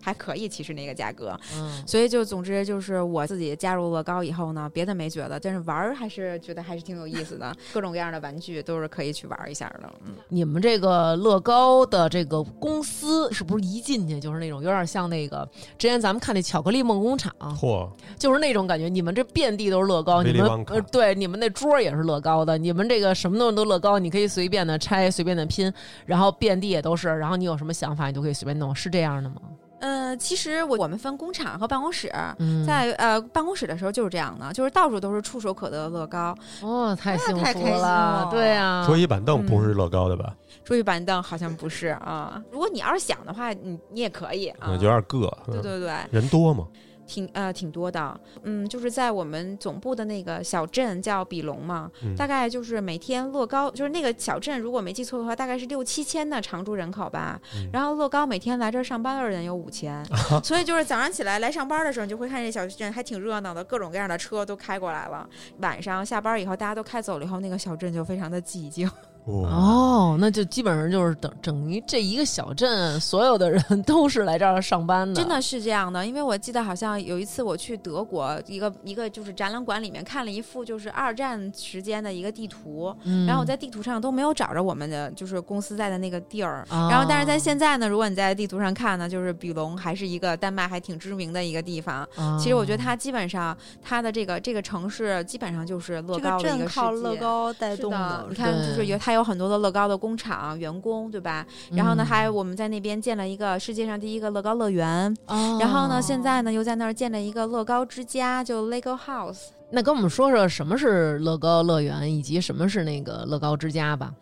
还可以，其实那个价格。
嗯
所以就总之就是我自己加入乐高以后呢，别的没觉得，但是玩儿还是觉得还是挺有意思的，各种各样的玩具都是可以去玩儿一下的。嗯，
你们这个乐高的这个公司是不是一进去就是那种有点像那个之前咱们看那巧克力梦工厂，
哦
嚯，
就是那种感觉？你们这遍地都是乐高，
Willy
你们
Wonka
呃对，你们那桌也是乐高的，你们这个什么东西都乐高，你可以随便的拆，随便的拼，然后遍地也都是，然后你有什么想法你都可以随便弄，是这样的吗？
呃，其实我我们分工厂和办公室。
嗯，
在呃办公室的时候就是这样的，就是到处都是触手可得的乐高，
哦，太幸
那太
福
开心
了
了，
对啊，
桌椅板凳不
嗯
是乐高的吧？
桌椅板凳好像不是啊。如果你要是想的话，你你也可以啊。
嗯，有点硌。
对
嗯，
对对，
人多嘛，
挺呃挺多的，嗯，就是在我们总部的那个小镇叫比隆嘛，
嗯
大概就是每天乐高，就是那个小镇，如果没记错的话，大概是六七千的常住人口吧。
嗯
然后乐高每天来这儿上班的人有五千， 所以就是早上起来来上班的时候，你就会看这小镇还挺热闹的，各种各样的车都开过来了。晚上下班以后，大家都开走了以后，那个小镇就非常的寂静。
哦，
哦，那就基本上就是等等于这一个小镇所有的人 都是来这儿上班的，
真的是这样的，因为我记得好像有一次我去德国一个一个就是展览馆里面看了一幅就是二战时间的一个地图，
嗯。
然后我在地图上都没有找着我们的就是公司在的那个地儿。
哦
然后，但是在现在呢，如果你在地图上看呢，就是比隆还是一个丹麦还挺知名的一个地方。
啊，
其实我觉得它基本上它的这个这个城市基本上就是乐
这个
高的一
镇
个
靠
世
乐
界
高带
是
动
的
的，
你，看，就是
对
有它有很多的乐高的工厂员工，对吧？然后呢，
嗯
还我们在那边建了一个世界上第一个乐高乐园，
哦
然后呢，现在呢又在那儿建了一个乐高之家，就 Lego House。
那跟我们说说什么是乐高乐园，以及什么是那个乐高之家吧。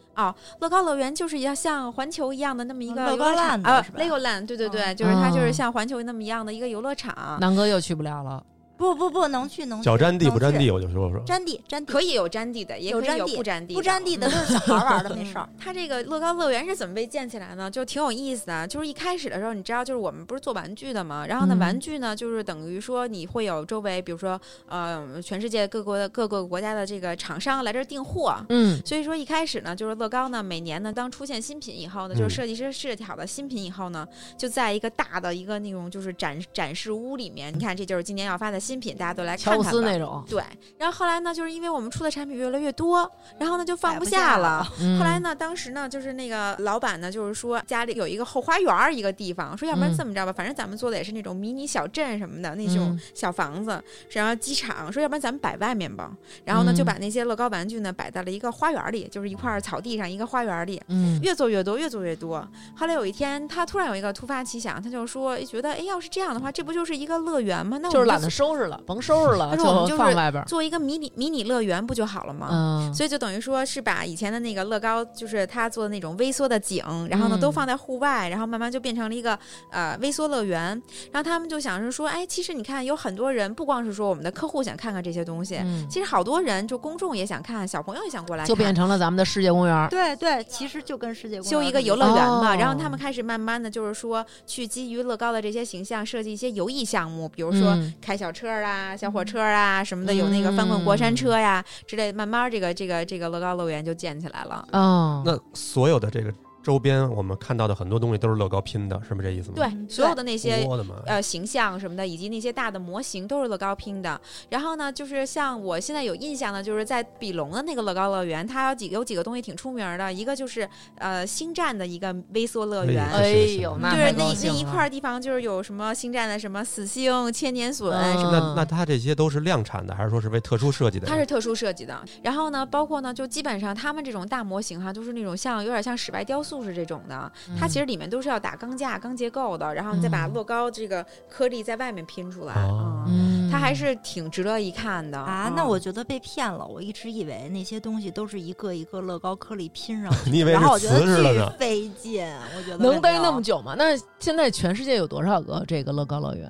乐高乐园就是要像环球一样的那么一个
乐
游
高
乐场
land
啊
是吧
，Lego Land，对对对，
嗯
就是它
哦
就是像环球那么一样的一个游乐场，
南哥又去不了了，
不不不能去能去
脚沾地不沾
能去
地，我就说说。
沾地沾地
可以有占地的，也
有
可以
占
有
地
不占地
不沾地的
嗯
都是小孩玩的，没事儿。
它这个乐高乐园是怎么被建起来呢？就挺有意思的。就是一开始的时候，你知道，就是我们不是做玩具的嘛，然后呢，
嗯
玩具呢，就是等于说你会有周围，比如说呃，全世界各国的各个国家的这个厂商来这儿订货。
嗯，
所以说一开始呢，就是乐高呢，每年呢，当出现新品以后呢，
嗯
就是设计师设计好的新品以后呢，就在一个大的一个那种就是展展示屋里面，你看这就是今年要发的新品，大家都来看
乔布
看
斯
吧。
那种。
对，然后后来呢，就是因为我们出的产品越来越多，然后呢就放
摆
不
不下
下了
了。
嗯
后来？呢，当时呢，就是那个老板呢，就是说家里有一个后花园儿一个地方，说要不然
嗯
这么着吧，反正咱们做的也是那种迷你小镇什么的那种
嗯
小房子，然后机场，说要不然咱们摆外面吧。然后呢，
嗯
就把那些乐高玩具呢摆到了一个花园儿里，就是一块儿草地上一个花园儿里。
嗯，
越做越多，越做越多。后来有一天，他突然有一个突发奇想，他就说：“哎觉得哎，要是这样的话，这不就是一个乐园吗？那我
就是
们
懒得收拾了，甭收拾了，
但是我们就是
放外边儿。
做一个迷你迷你乐园，不就好了吗？”
嗯，
所以就等于说是把以前的那个乐高，就是他做的那种微缩的景，然后呢
嗯
都放在户外，然后慢慢就变成了一个呃微缩乐园。然后他们就想是说，哎，其实你看有很多人，不光是说我们的客户想看看这些东西，
嗯
其实好多人就公众也想看，小朋友也想过来看，
就变成了咱们的世界公园儿。
对对，其实就跟世界公
修
园
一
儿
个
这
游乐园嘛，
哦
然后他们开始慢慢的就是说，去基于乐高的这些形象设计一些游艺项目，比如说
嗯
开小车啊、小火车啊什么的，有那个翻滚过
嗯
山车呀、之类，慢慢这个这个这个乐高乐园就建起来了。
哦，
那所有的这个周边，我们看到的很多东西都是乐高拼的，是不是这意思吗？
对，
嗯
所有的那些
我的妈呀！
呃形象什么的，以及那些大的模型都是乐高拼的。然后呢，就是像我现在有印象的，就是在比隆的那个乐高乐园，它有几个有几个东西挺出名儿的，一个就是呃星战的一个微缩乐园。
哎
呦，
就
那
是
太
那
高
那
兴
一
了
块儿地方，就是有什么星战的什么死星、千年隼
嗯
什么，
那那它这些都是量产的，还是说是为特殊设计的呀？
它是特殊设计的。然后呢，包括呢，就基本上他们这种大模型哈，都是那种像有点像室外雕塑是这种的，它其实里面都是要打钢架、钢结构的，然后你再把
嗯
乐高这个颗粒在外面拼出来。
哦
嗯
嗯，
它还是挺值得一看的
啊
嗯，
那我觉得被骗了。我一直以为那些东西都是一个一个乐高颗粒拼上 去，
你以为
然后我
是
觉
瓷
得
似的呢
巨？费劲。我觉得
能
没
待
有
那么久吗？那现在全世界有多少个这个乐高乐园？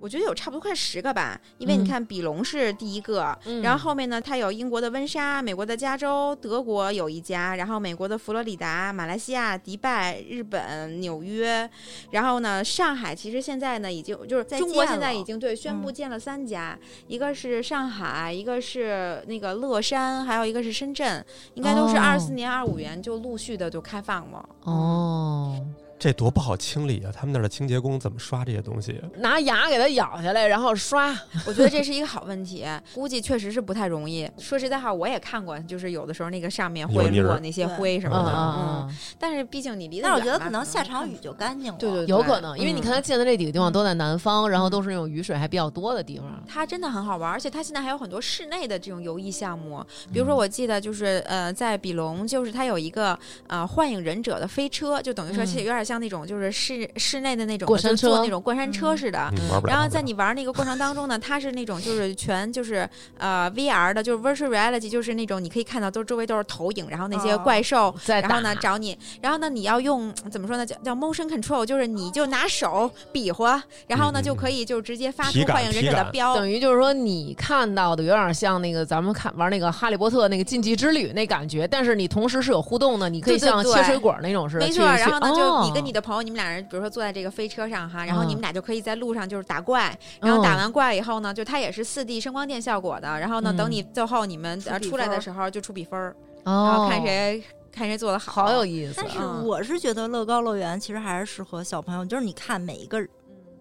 我觉得有差不多快十个吧，因为你
嗯
看比隆是第一个，然后后面呢，它有英国的温莎、美国的加州、德国有一家，然后美国的佛罗里达、马来西亚、迪拜、日本、纽约，然后呢，上海其实现在呢已经就是
在
中国
建
现在
了
已经对宣布
嗯
建了三家，一个是上海，一个是那个乐山，还有一个是深圳，应该都是
哦
二四年、二五年就陆续的就开放了。
哦，
这多不好清理啊！他们那儿的清洁工怎么刷这些东西？啊
拿牙给它咬下来，然后刷，
嗯我觉得这是一个好问题，估计确实是不太容易。说实在话，我也看过，就是有的时候那个上面
有
会
泥儿
落那些灰什
嗯
么的，
嗯，嗯
但是毕竟你离得
但
远
是
嘛，
我觉得可能下场雨就干净了。
对对对
有可能，因为你
嗯
看它建的这几个地方都在南方，然后
嗯
都是那种雨水还比较多的地方。
它真的很好玩，而且它现在还有很多室内的这种游艺项目，
嗯
比如说我记得就是呃，在比隆，就是它有一个呃幻影忍者的飞车，就等于说
嗯
是有点像那种就是室室内的那种呃
过山车
就坐那种过山车
嗯
似的，
嗯玩不了。
啊然后
玩不
在
了
你玩那个过程当中呢，它是那种就是全就是呃 VR 的，就是 virtual reality，就是那种你可以看到都周围都是投影，然后那些
哦
怪兽，
在
然后呢
打
找你，然后呢你要用怎么说呢叫叫 motion control，就是你就拿手比划，然后呢
嗯嗯
就可以就直接发出
体
《
感
幻影忍者》
体
的
感
标，
等于就是说，你看到的有点像那个咱们看玩那个《哈利波特》那个禁忌之旅那感觉，但是你同时是有互动的，你可以
对对
像
对
切水果那种似的
没
去。
错，然后呢，
去
就你跟你
哦
的朋友，你们俩人，比如说坐在这个飞车上哈，然后
嗯
你们俩就可以在路上就是打怪，然
哦
后打完怪以后呢，就它也是四 D 声光电效果的，然后呢，
嗯
等你最后你们呃
出比
出来
分
的
儿
时候就出比分儿，然
哦
后，看谁看谁做的好。
好有意思啊
但。是
嗯
我是觉得乐高乐园其实还是适合小朋友，就是你看每一个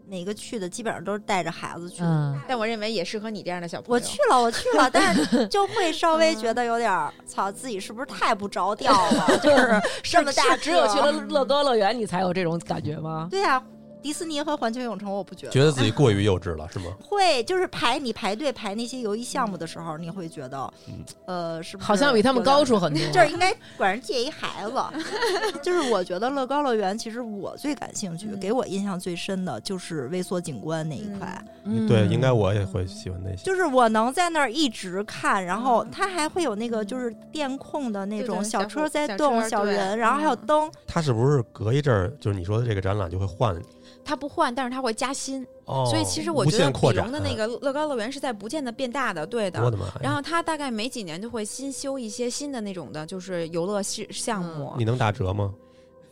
每个去的基本上都是带着孩子去的。
嗯，
但我认为也适合你这样的小朋友。
我去了，我去了，但是就会稍微觉得有点儿，操，自己是不是太不着调 了？就是这么大
是只有
个
去了乐高乐园，你才有这种感觉吗？
对啊，迪士尼和环球影城我不觉得
觉得自己过于幼稚了，是吗？
会，就是排你排队排那些游艺项目的时候，你会觉得
嗯，
呃，是不是
好像比他们
有点
高出很多。
就是应该管人借一孩子。 就是我觉得乐高乐园，其实我最感兴趣，
嗯
给我印象最深的就是微缩景观那一块。
嗯
对，应该我也会喜欢那些。
就是我能在那儿一直看，然后它还会有那个就是电控的那
对
种
对
小
小
车
火
在
小
动、
车
小
对
人，然后还有
嗯
灯，
它是不是隔一阵儿，就是你说的这个展览就会换？
它不换，但是它会加薪，
哦，
所以其实我
无
觉得
限扩
比
展啊
荣的那，个乐高乐园是在不见得变大的，对的。
我的哎妈呀！
然后它大概每几年就会新修一些新的那种的，就是游乐项项目。
你能打折吗？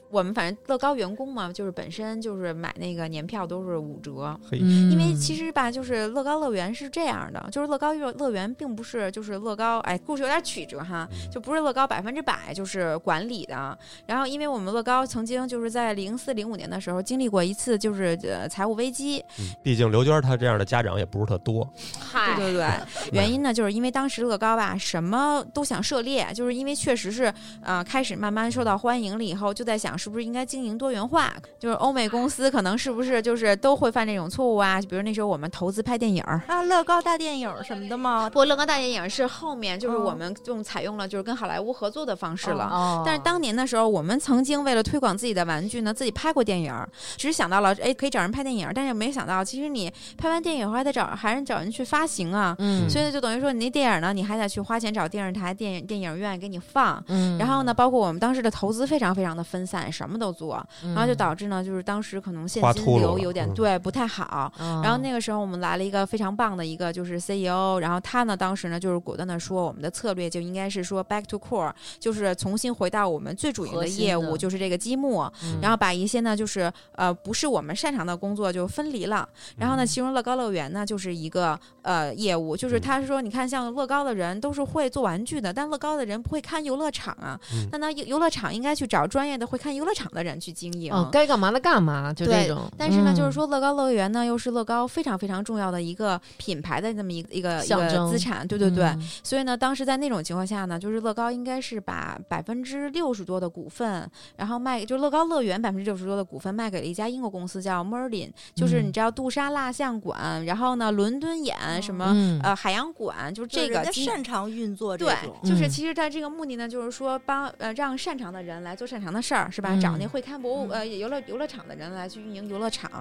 我们反正乐高员工嘛，就是本身就是买那个年票都是五折。
嘿，
嗯，
因为其实吧，就是乐高乐园是这样的，就是乐高乐乐园并不是就是乐高，哎，故事有点曲折哈，
嗯
就不是乐高百分之百就是管理的。然后，因为我们乐高曾经就是在零四零五年的时候经历过一次就是呃财务危机，
嗯毕竟刘娟她这样的家长也不是特多。
对
嗨，
对对， 原因呢，就是因为当时乐高吧，什么都想涉猎，就是因为确实是，呃，开始慢慢受到欢迎了以后，就在想是不是应该经营多元化，就是欧美公司可能是不是就是都会犯这种错误啊？比如那时候我们投资拍电影儿。
啊，乐高大电影什么的吗？
不，乐高大电影是后面就是
哦
我们用采用了就是跟好莱坞合作的方式了，
哦
但是当年的时候，我们曾经为了推广自己的玩具呢，自己拍过电影儿，只是想到了哎可以找人拍电影儿，但是没想到其实你拍完电影儿后还得找还是找人去发行啊，
嗯
所以就等于说你那电影呢，你还得去花钱找电视台、电影电影院给你放。
嗯，
然后呢，包括我们当时的投资非常非常的分散，什么都做，
嗯，
然后就导致呢，就是当时可能现
花
金
秃噜
流
了
有点
嗯
对不太好。
嗯，
然后那个时候我们来了一个非常棒的一个就是 CEO，然后他呢当时呢就是果断的说，我们的策略就应该是说 back to core，就是重新回到我们最主营
核
的
心
业
的
务，就是这个积木。
嗯，
然后把一些呢，就是呃不是我们擅长的工作就分离了。然后呢，其中乐高乐园呢就是一个呃业务，就是
嗯
他说，你看像乐高的人都是会做玩具的，但乐高的人不会看游乐场啊
嗯。
那那游游乐场应该去找专业的会看游乐场的人去经营。
哦，该干嘛的干嘛，就这
对
种。
但是呢，
嗯
就是，说乐高乐园呢，又是乐高非常非常重要的一个品牌的这么一个一个一
象征
个资产，对对对。
嗯，
所以呢，当时在那种情况下呢，就是乐高应该是把百分之六十多的股份，然后卖，就是乐高乐园百分之六十多的股份卖给了一家英国公司叫 Merlin，就是你知道杜莎蜡像馆，然后呢伦敦眼什么、
嗯
呃海洋馆，就是
就
这
是人
个
家
基
擅长运作啊这
对
种，
就是
嗯
其实它这个目的呢，就是说帮呃让擅长的人来做擅长的事儿，是吧？
嗯
找那会看博物
嗯
呃游乐游乐场的人来去运营游乐场。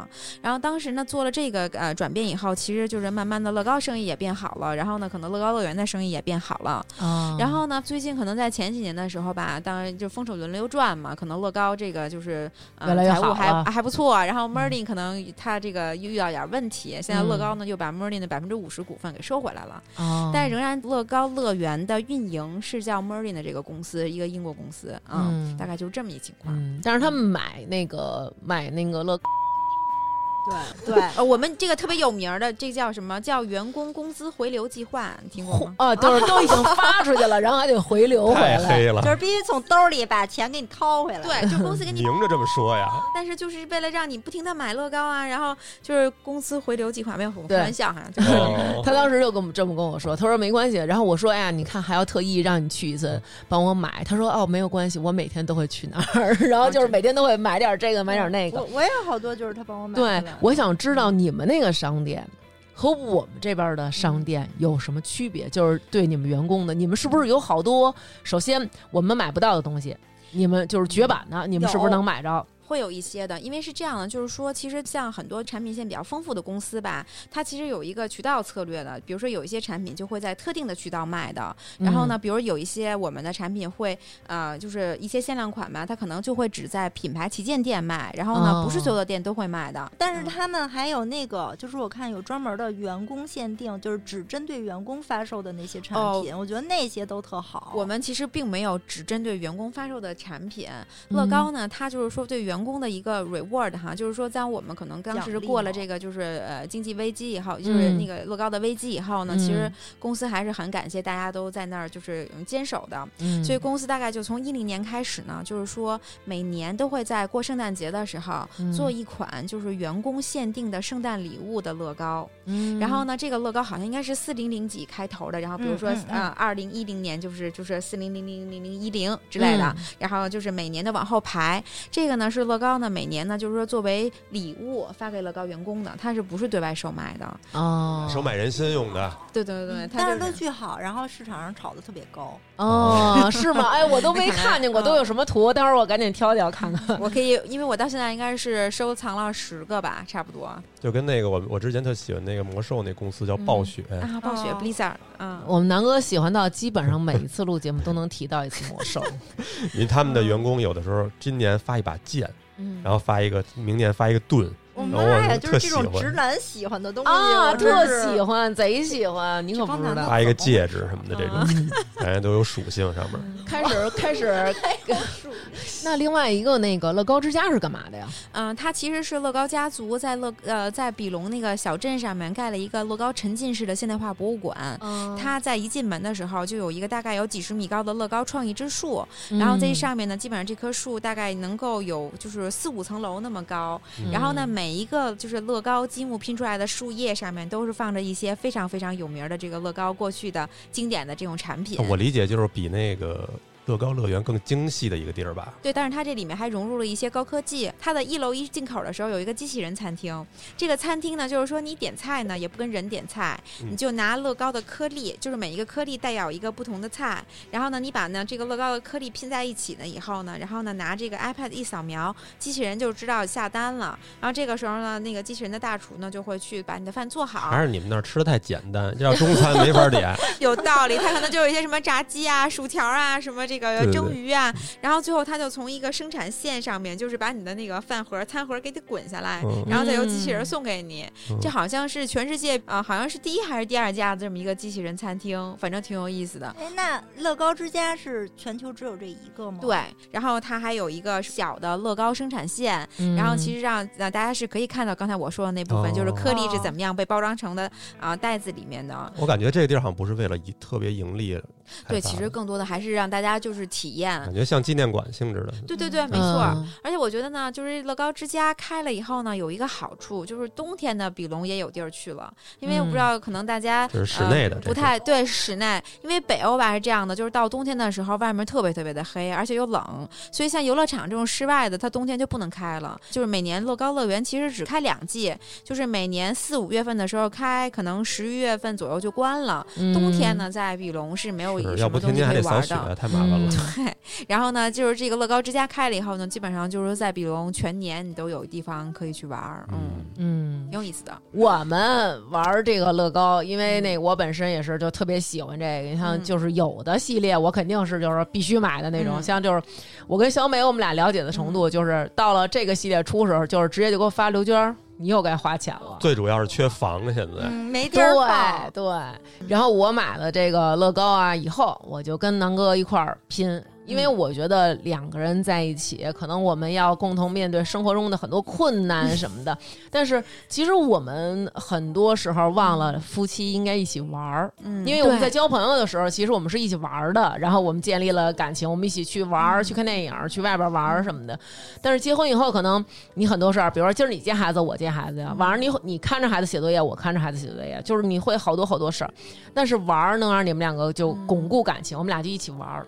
然后当时呢做了这个呃转变以后，其实就是慢慢的乐高生意也变好了，然后呢可能乐高乐园的生意也变好了。
啊
然后呢，最近可能在前几年的时候吧，当然就《风手轮流转》嘛，可能乐高这个就是、呃、
越来越
财务
好
还
了嗯
还不错，然后 Merlin 可能他这个又遇到点儿问题，现在乐高呢又把 Merlin 的百分之五十股份给收回来了，
哦
但仍然乐高乐园的运营是叫 Merlin 的这个公司，一个英国公司啊，
嗯
大概就是这么一情况。
嗯，但是他们买那个买那个乐，
对对。
呃，我们这个特别有名儿的，这叫什么叫员工工资回流计划？你听过吗？
啊，就是都已经发出去了，然后还得回流回
太
来。
黑了
就，是必须从兜里把钱给你掏回来。，
对，就公司给
嗯
你
明着这么说 呀？
但是就是为了让你不停的买乐高啊，然后就是公司回流计划，没有，我
对
开玩笑哈， 就是
哦
他当时就跟我们这么跟我说，他说没关系，然后我说哎呀，你看还要特意让你去一
嗯
次帮我买，他说哦没有关系，我每天都会去那儿，
哦
然后就是每天都会买点这个买点那个
我。我也有好多就是他帮我买回来
对
的。，
我想知道你们那个商店和我们这边的商店有什么区别？就是对你们员工的，你们是不是有好多？首先，我们买不到的东西，你们就是绝版的，你们是不是能买着？
会有一些的，因为是这样的，就是说，其实像很多产品线比较丰富的公司吧，它其实有一个渠道策略的，比如说有一些产品就会在特定的渠道卖的，然后
嗯
呢，比如有一些我们的产品会呃，就是一些限量款吧，它可能就会只在品牌旗舰店卖，然后呢，不是所有的店都会卖的。
但是他们还有那个，就是我看有专门的员工限定，就是只针对员工发售的那些产品，我觉得那些都特好。
我们其实并没有只针对员工发售的产品，乐高呢，它就是说对员工的一个 reward 哈，就是说在我们可能当时
奖励
过了
嘛
这个就是呃经济危机以后，就是
嗯
那个乐高的危机以后呢，
嗯
其实公司还是很感谢大家都在那儿就是嗯坚守的，
嗯
所以公司大概就从一零年开始呢，就是说每年都会在过圣诞节的时候
嗯
做一款就是员工限定的圣诞礼物的乐高。
嗯
然后呢，这个乐高好像应该是四零零几开头的，然后比如说
嗯嗯嗯
呃二零一零年就是就是四零零零零零一零之类的，
嗯
然后就是每年的往后排。这个呢是乐高呢每年呢就是说作为礼物发给乐高员工的，它是不是对外售卖的？
嗯哦
收买人心用的，
对对对，
嗯
它
但
就是
都巨好，然后市场上炒的特别高。
哦，是吗？哎，我都没
看来
看见过，都有什么图？待会儿我赶紧挑挑看 看。
我可以，因为我到现在应该是收藏了十个吧，差不多。
就跟那个我我之前特喜欢那个魔兽那公司叫暴雪，
啊，暴雪
哦
Blizzard，嗯，
我们南哥喜欢到基本上每一次录节目都能提到一次魔兽，
因为他们的员工有的时候今年发一把剑，
嗯
然后发一个明年发一个盾，
我
然
妈
后我
呀，
特
就是这
喜
种
欢
直男喜欢的东西
啊，
我真
特
是
喜欢，贼喜欢，你可不知
啊
这帮男
道
的。
哦
发一个戒指什么的这种，感觉都有属性上面。
嗯
开始开始，那另外一个那个乐高之家是干嘛的呀？
嗯，它其实是乐高家族在乐呃在比隆那个小镇上面盖了一个乐高沉浸式的现代化博物馆。
哦
它在一进门的时候，就有一个大概有几十米高的乐高创意之树，
嗯
然后在这上面呢，基本上这棵树大概能够有就是四五层楼那么高。
嗯，
然后呢，每一个就是乐高积木拼出来的树叶上面都是放着一些非常非常有名的这个乐高过去的经典的这种产品。
我理解就是比那个乐高乐园更精细的一个地儿吧。
对，但是它这里面还融入了一些高科技。它的一楼一进口的时候有一个机器人餐厅，这个餐厅呢，就是说你点菜呢也不跟人点菜，
嗯
你就拿乐高的颗粒，就是每一个颗粒代表一个不同的菜，然后呢你把呢这个乐高的颗粒拼在一起呢以后呢，然后呢拿这个 iPad 一扫描，机器人就知道下单了。然后这个时候呢，那个机器人的大厨呢就会去把你的饭做好，
还是你们那儿吃的太简单，要中餐没法 点。
有道理，他可能就有一些什么炸鸡啊、薯条啊、什么这个
对对
蒸
对
鱼啊，然后最后他就从一个生产线上面，就是把你的那个饭盒、餐盒给它滚下来，
嗯
然后再由机器人送给你。
嗯
这好像是全世界啊、好像是第一还是第二家这么一个机器人餐厅，反正挺有意思的。
哎，那乐高之家是全球只有这一个吗？
对，然后它还有一个小的乐高生产线，
嗯
然后其
实
实让呃大家是可以看到刚才我说的那部分，就是颗粒是怎么样被包装成的啊、袋子里面的。
我感觉这个地儿好像不是为了一特别盈利开发的。
对，其实更多的还是让大家就是体验。
感觉像纪念馆性质的。
对对对，没错。
嗯
而且我觉得呢，就是乐高之家开了以后呢，有一个好处就是冬天的比隆也有地儿去了，因为我不知道可能大家、
就是嗯室内的
呃
这
不太对室内，因为北欧吧是这样的，就是到冬天的时候外面特别特别的黑，而且又冷，所以像游乐场这种室外的，它冬天就不能开了。就是每年乐高乐园其实只开两季，就是每年四五月份的时候开，可能十一月份左右就关了。
嗯
冬天，呢，在比隆是没有
嗯是
什
要
么
不
东
天
西
天还
可以
得
玩
扫
的。
雪，太麻烦了。
然后呢，就是这个乐高之家开了以后呢，基本上就是在比隆全年你都有地方可以去玩儿，嗯，
嗯，
嗯
挺，有意思的。
我们玩这个乐高，因为那个我本身也是就特别喜欢这个。你像
嗯
就是有的系列，我肯定是就是必须买的那种。
嗯
像就是我跟小美我们俩了解的程度，就是到了这个系列出时候，就是直接就给我发刘娟儿，你又该花钱了。
最主要是缺房，现在
嗯，没地
对
儿放。
对，然后我买了这个乐高啊，以后我就跟南哥一块儿拼，因为我觉得两个人在一起，可能我们要共同面对生活中的很多困难什么的。但是其实我们很多时候忘了夫妻应该一起玩儿，
嗯，
因为我们在
对
交朋友的时候，其实我们是一起玩儿的，然后我们建立了感情，我们一起去玩
嗯
儿、去看电影、去外边玩儿什么的。但是结婚以后，可能你很多事儿，比如说今儿你接孩子，我接孩子呀，晚上你你看着孩子写作业，我看着孩子写作业，就是你会好多好多事儿。但是玩儿能让你们两个就
嗯
巩固感情，我们俩就一起玩儿。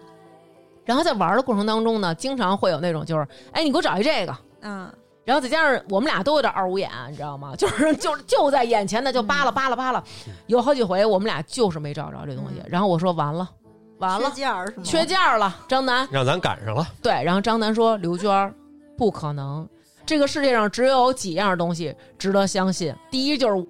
然后在玩儿的过程当中呢，经常会有那种就是，哎，你给我找一这个，
嗯，
然后再加上我们俩都有点二五眼，你知道吗？就是就是就在眼前的就
嗯
扒拉扒拉扒拉，有好几回我们俩就是没找着这东西。然后我说完了，完了
嗯缺，件儿是吗？
缺件儿了，张楠
让咱赶上了。
对。然后张楠说刘娟儿，不可能。这个世界上只有几样东西值得相信，第一就是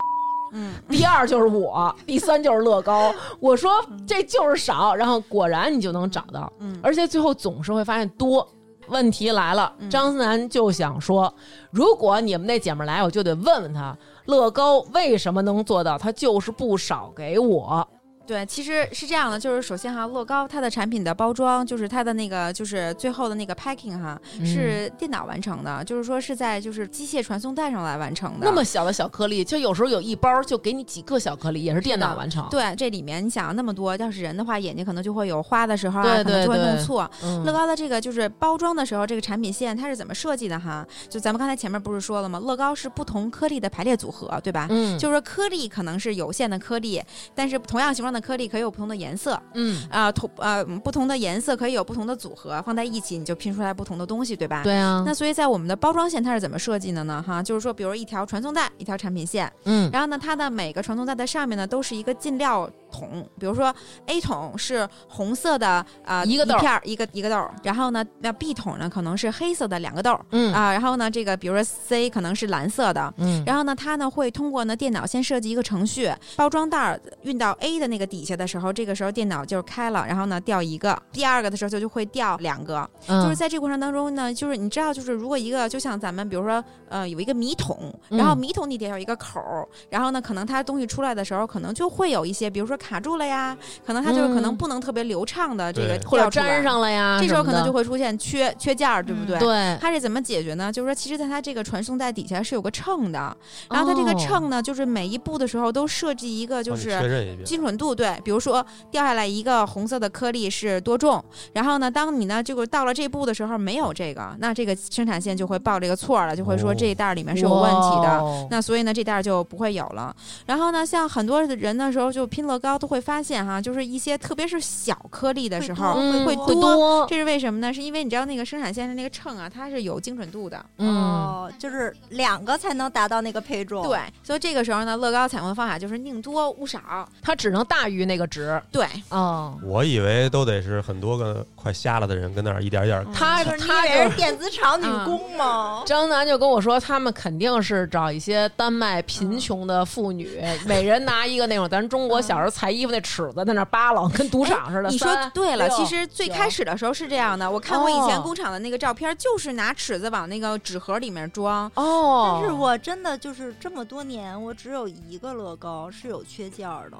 嗯，
第二就是 我，第三就是乐高。我说这就是少，然后果然你就能找到，
嗯
而且最后总是会发现多。问题来了，
嗯
张思楠就想说，如果你们那姐们儿来，我就得问问她，乐高为什么能做到？她就是不少给我。
对，其实是这样的，就是首先哈，乐高它的产品的包装，就是它的那个，就是最后的那个 packing 哈，
嗯
是电脑完成的，就是说是在就是机械传送带上来完成的。
嗯那么小的小颗粒，就有时候有一包就给你几个小颗粒，也是电脑完成。
对，这里面你想那么多，要是人的话，眼睛可能就会有花的时候啊，
对
可能
对
就会
对
弄错。
嗯
乐高的这个就是包装的时候，这个产品线它是怎么设计的哈？就咱们刚才前面不是说了吗？乐高是不同颗粒的排列组合，对吧？
嗯，
就是说颗粒可能是有限的颗粒，但是同样形状的颗粒可以有不同的颜色
嗯，
啊、同呃不同的颜色可以有不同的组合，放在一起你就拼出来不同的东西，对吧？。
对啊，
嗯那所以在我们的包装线它是怎么设计的呢？哈，就是说，比如一条传送带，一条产品线，
嗯
然后呢，它的每个传送带的上面呢都是一个进料桶，比如说 A 桶是红色的啊、呃
一个豆儿
片儿一个一个豆儿，然后呢，那 B 桶呢可能是黑色的两个豆儿
嗯
啊、然后呢，这个比如说 C 可能是蓝色的。
嗯，
然后呢，它呢会通过呢电脑先设计一个程序，包装袋儿运到 A 的那个底下的时候，这个时候电脑就开了，然后呢掉一个，第二个的时候就就会掉两个，
嗯
就是在这个过程当中呢，就是你知道，就是如果一个就像咱们比如说呃有一个米桶，然后
嗯
米桶底下有一个口儿，然后呢可能它东西出来的时候，可能就会有一些，比如说卡住了呀，可能它就是可
嗯
能不能特别流畅的这个
对
或者
掉出来
粘，上了呀，
这时候
什么
可
的
能就会出现缺缺件儿，对不
嗯
对？
对，
它是怎么解决呢？就是说，其实在它这个传送带底下是有个秤的，然后它这个
哦
秤呢，就是每一步的时候都设计一个就
哦帮你
是
确认一遍，
精准度对，比如说掉下来一个红色的颗粒是多重，然后呢，当你呢这个到了这步的时候没有这个，那这个生产线就会报这个错了，就会说
哦
这一袋儿里面是有问题的。
哇
那所以呢，这袋儿就不会有了。然后呢，像很多人的时候就拼乐高都会发现哈，就是一些特别是小颗粒的时
哦
候，
嗯
会
会
多
多，
这是为什么呢？是因为你知道那个生产线的那个秤啊，它是有精准度的。
嗯，
哦，就是两个才能达到那个配重。
对，，所以这个时候呢，乐高采用的方法就是宁多勿少。
它只能大于那个值
对，
哦。
我以为都得是很多个快瞎了的人跟那儿一点儿一点儿
嗯
他
啊就是你
他
以为
就是
电子厂女工吗？
张楠就跟我说，他们肯定是找一些丹麦
嗯
贫穷的妇女，每人拿一个那种咱中国小时候裁衣服那尺子，在那儿扒拉，跟赌场似的。
嗯哎你说
三
对了，
六
其实最
九
开始的时候是这样的，我看我以前
哦
工厂的那个照片，就是拿尺子往那个纸盒里面装。
哦，
但是我真的就是这么多年，我只有一个乐高是有缺件儿的，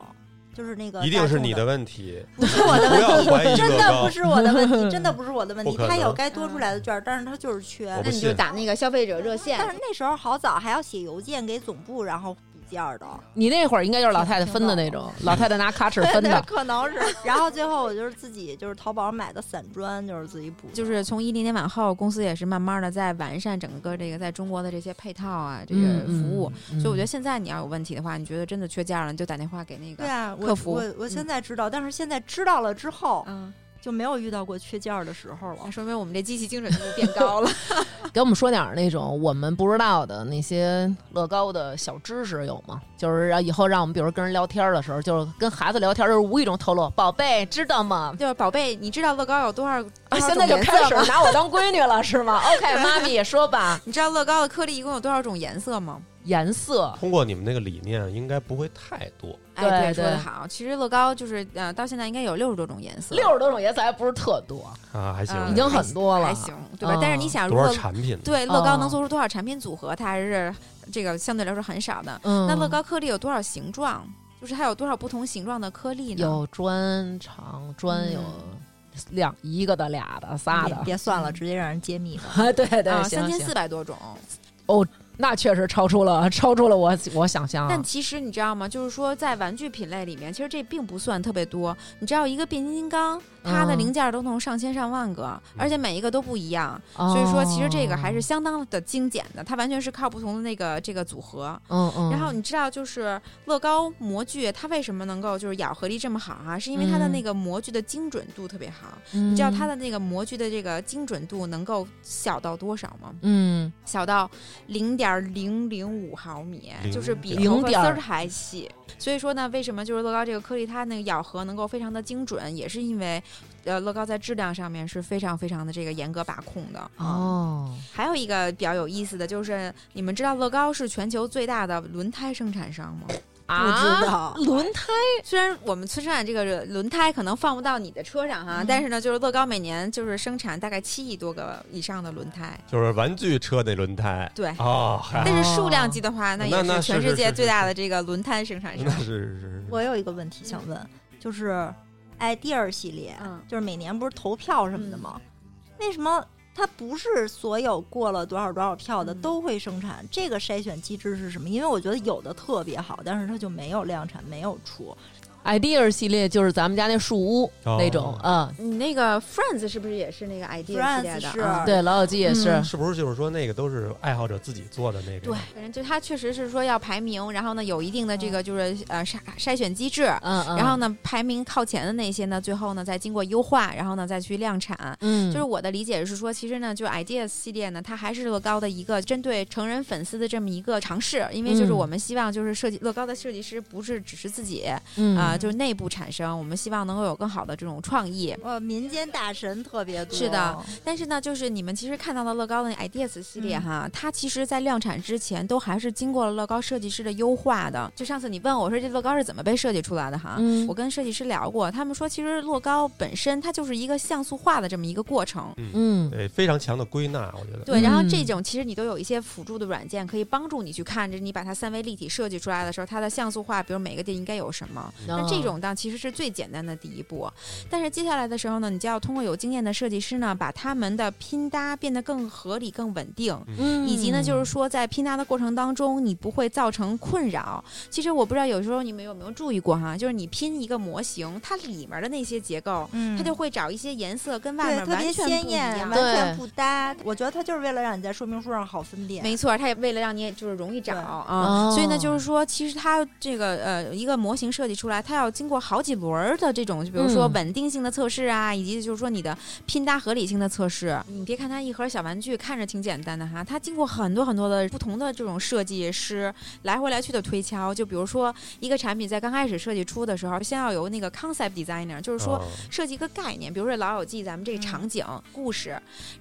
就是那
嗯
个
一定是你
大
的问题，
众的，不是我的
不要怀
问
疑
题，真
乐
的
高
不是我的问 题，真的不是我的问题
不。可能
它有该多出来的券儿，但是它就是缺
我。
那
不
你就
信。
打那个消费者热线
但，是那时候好早还要写邮件给总部，然后补件儿的。
你那会儿应该就是老太太分的那种，老太太拿卡尺分 的。
可能是。然后最后我就是自己就是淘宝买的散砖，就是自己补的，
就是从一零年往后，公司也是慢慢的在完善整个这个在中国的这些配套啊，这个服务。
嗯，
所以我觉得
得
现在你要有问题的话，你觉得真的缺件了，你就打电话给那
对
个。
啊，我
客服
我我现在知道，但是现在知道了之后
嗯，
就没有遇到过缺件儿的时候了
那。说明我们这机器精准度变高了。
给我们说点儿那种我们不知道的那些乐高的小知识有吗？就是让以后让我们，比如跟人聊天儿的时候，就是跟孩子聊天儿，就是无意中透露，宝贝，知道吗？啊
就是宝贝，你知道乐高有多少？多少
现在就
啊种颜色
开始
吗
拿 我当闺女了，是吗？OK，妈咪也说吧，
你知道乐高的颗粒一共有多少种颜色吗？
颜色，
通过你们那个理念，应该不会太多。
哎，
对
说
对
得好。其实乐高就是呃，到现在应该有六十多种 颜色，
六十多种颜色还不是特多，
啊，还行，
嗯
已经很多了
还。行，对吧？
嗯
但是你啊想，如
多少
果
产品呢？
对乐高
哦
能做出多少产品组合，它还是这个相对来说很少的。
嗯，
那乐高颗粒有多少形状？就是它有多少不同形状的颗粒呢？嗯
有砖长砖，有两一个的、俩的、仨
别
的，
别算了，直接让人揭秘吧。
对对，
啊，
行
三千
行
四百多种。
那确实超出了超出了我我想象啊。
但其实你知道吗？就是说，在玩具品类里面，其实这并不算特别多。你知道，一个变形金刚，它的
嗯
零件都能上千上万个，
嗯
而且每一个都不一样。
哦
所以说，其实这个还是相当的精简的，它完全是靠不同的那个这个组合。
嗯嗯。
然后你知道，就是乐高模具，它为什么能够就是咬合力这么好啊？是因为它的
嗯
那个模具的精准度特别好。
你
你知道它的那个模具的这个精准度能够小到多少吗？
嗯
小到零点点零零五毫米，
0.05
就是比头发丝儿还细。所以说呢，为什么就是乐高这个颗粒它那个咬合能够非常的精准，也是因为呃乐高在质量上面是非常非常的这个严格把控的。
哦，
还有一个比较有意思的就是，你们知道乐高是全球最大的轮胎生产商吗？
不知
啊
道
轮胎
虽然我们生产这个轮胎可能放不到你的车上哈，
嗯
但是呢，就是乐高每年就是生产大概七亿多个以上的轮胎，
就是玩具车那轮胎
对。
哦，嗨
但是数量级的话，
那
也
那
是
是
全
是
世界
是
最
是
大的这个轮胎生产
那
商。
是是是
我有一个问题想问，就是 idea 系列，
嗯
就是每年不是投票什么的吗？为什么它不是所有过了多少多少票的
嗯
都会生产？这个筛选机制是什么？因为我觉得有的特别好，但是它就没有量产，没有出。
idea 系列就是咱们家那树屋
哦
那
啊
种，嗯，
你那个 Friends 是不是也是那个 idea 系列
Friends
的？
是
啊
对，老友记也是
嗯，
是不是就是说那个都是爱好者自己做的那种？
对，反正就它确实是说要排名，然后呢有一定的这个就是呃筛筛选机制，
嗯嗯，
然后呢排名靠前的那些呢，最后呢再经过优化，然后呢再去量产。
嗯，
就是我的理解是说，其实呢，就 Ideas 系列呢，它还是乐高的一个针对成人粉丝的这么一个尝试，因为就是
嗯
我们希望就是设计乐高的设计师不是只是自己啊、
嗯
就是内部产生，我们希望能够有更好的这种创意。
呃，民间大神特别多，
是的，但是呢，就是你们其实看到的乐高的 Ideas 系
嗯
列哈，它其实在量产之前都还是经过了乐高设计师的优化的。就上次你问我说这乐高是怎么被设计出来的哈，
嗯
我跟设计师聊过，他们说其实乐高本身它就是一个像素化的这么一个过程。
嗯
对，非常强的归纳，我觉得。
对，然后
嗯
这种其实你都有一些辅助的软件，可以帮助你去看着你把它三维立体设计出来的时候，它的像素化，比如每个点应该有什么。
哦
那这种档其实是最简单的第一步，但是接下来的时候呢，你就要通过有经验的设计师呢，把他们的拼搭变得更合理、更稳定。
嗯，
以及呢，就是说在拼搭的过程当中，你不会造成困扰。其实我不知道有时候你们有没有注意过哈，就是你拼一个模型，它里面的那些结构，
嗯，
它就会找一些颜色跟外
对特
面
别
完全不
鲜
一
艳，
样
完。全不搭。我觉得它就是为了让你在说明书上好分辨。
没错，它也为了让你就是容易找
对
啊，
哦
所以呢，就是说，其实它这个呃一个模型设计出来，它要经过好几轮儿的这种，就比如说
嗯
稳定性的测试啊，以及就是说你的拼搭合理性的测试。你别看它一盒小玩具看着挺简单的哈，它经过很多很多的不同的这种设计师来回来去的推敲。就比如说一个产品在刚开始设计出的时候，先要由那个 concept designer，就是说
哦
设计一个概念，比如说《老友记》咱们
嗯
这个场景、故事，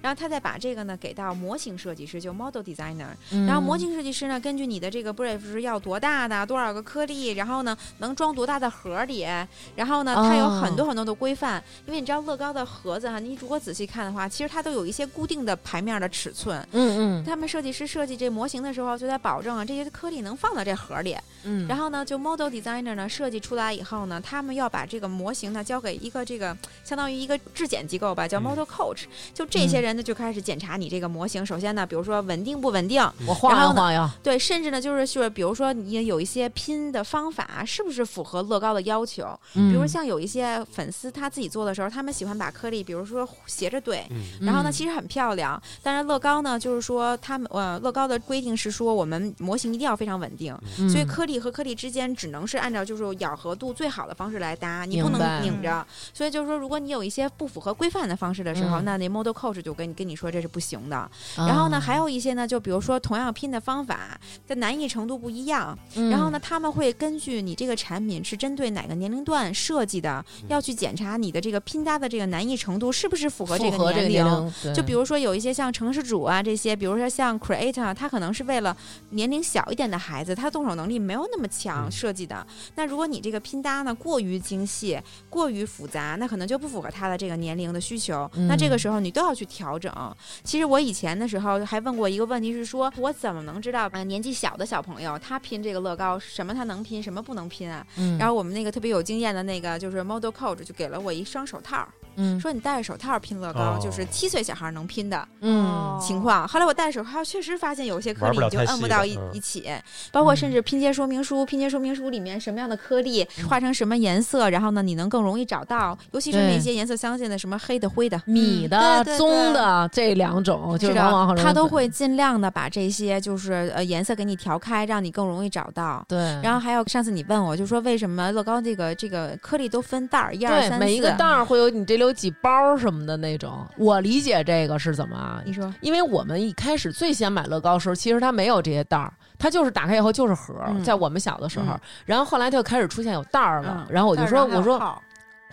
然后他再把这个呢给到模型设计师，就 model designer，
嗯，
然后模型设计师呢根据你的这个 brief 是要多大的，多少个颗粒，然后呢能装多大的盒里，然后呢它有
哦
很多很多的规范，因为你知道乐高的盒子哈，你如果仔细看的话，其实它都有一些固定的牌面的尺寸。
嗯嗯
他们设计师设计这模型的时候，就在保证啊这些颗粒能放到这盒里，
嗯，
然
后
后呢，就 model designer 呢设计出来以后呢，他们要把这个模型呢交给一个这个相当于一个质检机构吧，叫
嗯
model coach。就这些人呢就开始检查你这个模型。首先呢，比如说稳定不稳定，
我晃
然后
悠
呢
晃悠，
对，甚至呢就是就是比如说你有一些拼的方法是不是符合乐高的要求？
比
比
嗯
如像有一些粉丝他自己做的时候，他们喜欢把颗粒，比如说斜着怼，
嗯，
然后呢，其实很漂亮。但是乐高呢，就是说他们呃，乐高的规定是说我们模型一定要非常稳定，
实
所以颗粒和颗粒之间只能是按照就是咬合度最好的方式来搭，你不
明白
能拧着。所以就是说，如果你有一些不符合规范的方式的时候，
嗯啊
那那 model coach 就跟你跟你说这是不行的。然后呢，还有一些呢，就比如说同样拼的方法，它难易程度不一样。
嗯
然后呢，，他们会根据你这个产品是针对哪个年龄段设计的，要去检查你的这个拼搭的这个难易程度是不是符合这
符合
个
这个
年龄。
龄，对
就比如说有一些像城市主啊这些，比如说像 Create 啊，它可能是为了年龄小一点的孩子，他动手能力没有那么强
嗯
设计的。那如果你这个拼搭呢过于精细、过于复杂，那可能就不符合他的这个年龄的需求。那这个
嗯
时候你都要去调整。其实我以前的时候还问过一个问题，是说我怎么能知道啊、呃年纪小的小朋友他拼这个乐高什么他能拼，什么不能拼啊？
嗯，
然
后
后我们那个特别有经验的那个就是 model coach 就给了我一双手套。
嗯
说你戴着手套拼乐高，
哦
就是七岁小孩能拼的
嗯
情况。后来我戴着手套，确实发现有些颗
玩
粒
不了
你就
太
摁
细
不
的
到一、
嗯
一起，包括
嗯
甚至拼接说明书，拼接说明书里面什么样的颗粒画成什么颜色，然后呢你能更容易找到，尤其是
对
那些颜色相近的，什么黑的、灰的。
米
嗯
的
对对、
棕的这两种，就是是
的
往往，
他都会尽量的把这些就是呃颜色给你调开，让你更容易找到。
对，
然后还有上次你问我，就说为什么乐高这个这个颗粒都分袋儿，一二
对
三四，
每一个袋儿会有你这六有几包什么的那种。我理解这个是怎么啊？
你说
因为我们一开始最先买乐高的时候，其实它没有这些袋儿，它就是打开以后就是盒儿。
嗯
在我们小的时候，
嗯
然后后来它就开始出现有袋儿了。
嗯
然后我就说，我说，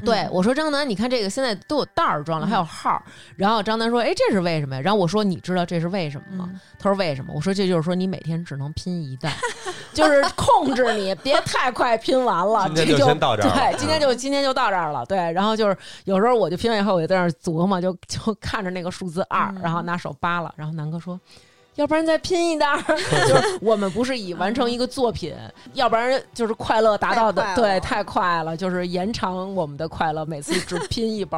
对
嗯，
我说张楠，你看这个现在都有袋儿装了，还有号儿。然后张楠说：“哎，这是为什么呀？”然后我说：“你知道这是为什么吗？”他说：“为什么？”我说：“这就是说你每天只能拼一袋， 就是控制你别太快拼完了。
今
这
天就先到这儿了嗯
对，今天就今天就到这儿了。对，然后就是有时候我就拼完以后，我就在那儿琢磨，就就看着那个数字二、然后拿手扒拉。然后南哥说。”要不然再拼一袋儿，就是我们不是以完成一个作品，要不然就是快乐达到的
嗯太，快了
对，太快了，就是延长我们的快乐。每次只拼一 包，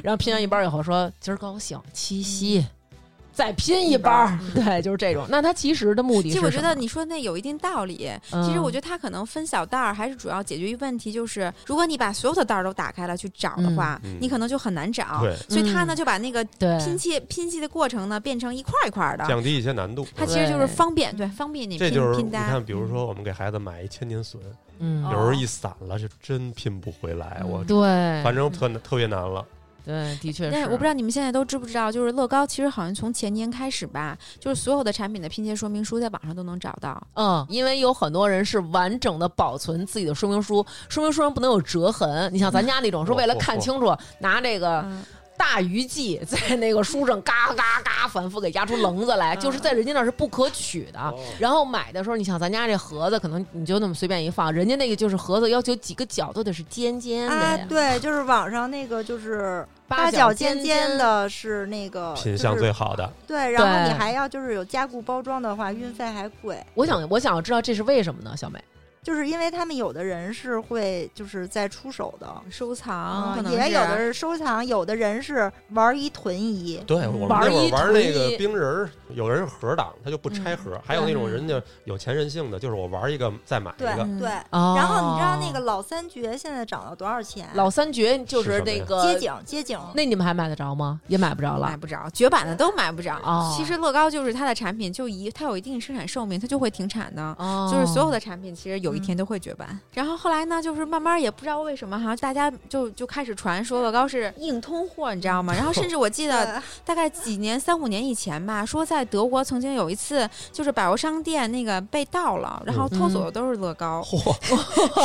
然后拼完一包以后说今儿高兴，七夕
嗯
再拼一包儿， 对，就是这种。那他其实的目的是
其实
什么，嗯
我觉得你说那有一定道理。其实我觉得它可能分小袋儿，还是主要解决一问题，就是如果你把所有的袋儿都打开了去找的话，
嗯嗯
你可能就很难 找。
对
所以它呢就把那个
对
拼砌拼砌的过程呢变成一块儿一块儿的，
降低一些难度。
啊它其实就是
对
方便，对，方便你
这
拼
就是
拼嗯
你
搭。
看，比如说我们给孩子买一千年隼，
嗯
有
哦
时候一散了就真拼不回来，
嗯
我
对，
反正特特别难了。
对，的确是。
但是我不知道你们现在都知不知道，就是乐高其实好像从前年开始吧，就是所有的产品的拼接说明书在网上都能找到。
嗯，因为有很多人是完整的保存自己的说明书，说明书上不能有折痕。你像咱家那种，是为了看清楚，拿这个
嗯，
大鱼记在那个书上嘎嘎嘎反复给压出棱子来，
嗯
就是在人家那儿是不可取的。然后买的时候，你想咱家这盒子，可能你就那么随便一放，人家那个就是盒子要求几个角都得是尖尖的
啊
呀，，
对，就是网上那个就是
八
八
角
角
尖
尖
尖
尖的是那个
品相最好的，
对，然后
对
你还要就是有加固包装的话，运费还贵。
我想，我想知道这是为什么呢？小美，
就是因为他们有的人是会就是在出手的，
收藏
啊
可，能
也有的
是
是收藏，有的人是玩一囤一。
对我们
玩
那
一
会儿
推
玩那
一嗯
个冰人儿，有人是盒党，他就不拆盒，还有那种人家有钱任性的，就是我玩一个再买一
对
个，
嗯
对，
哦
然后你知道那个老三绝现在涨到多少钱？
老三绝就是
是什么
那
呀
个
呃
街景街景，
那你们还买得着吗？也买不着
买
了。
不着，绝版的都买不着。
哦
其实乐高就是它的产品就一，它有一定生产寿命，它就会停产的。
哦
就是所有的产品其实有一天都会绝版。然后后来呢，就是慢慢也不知道为什么哈，大家就就开始传说乐高是 嗯硬通货，你知道吗？然后甚至我记得
对
大概几年三五年以前吧，说在德国曾经有一次就是百货商店那个被盗了，然后偷走的都是乐高，
嚯，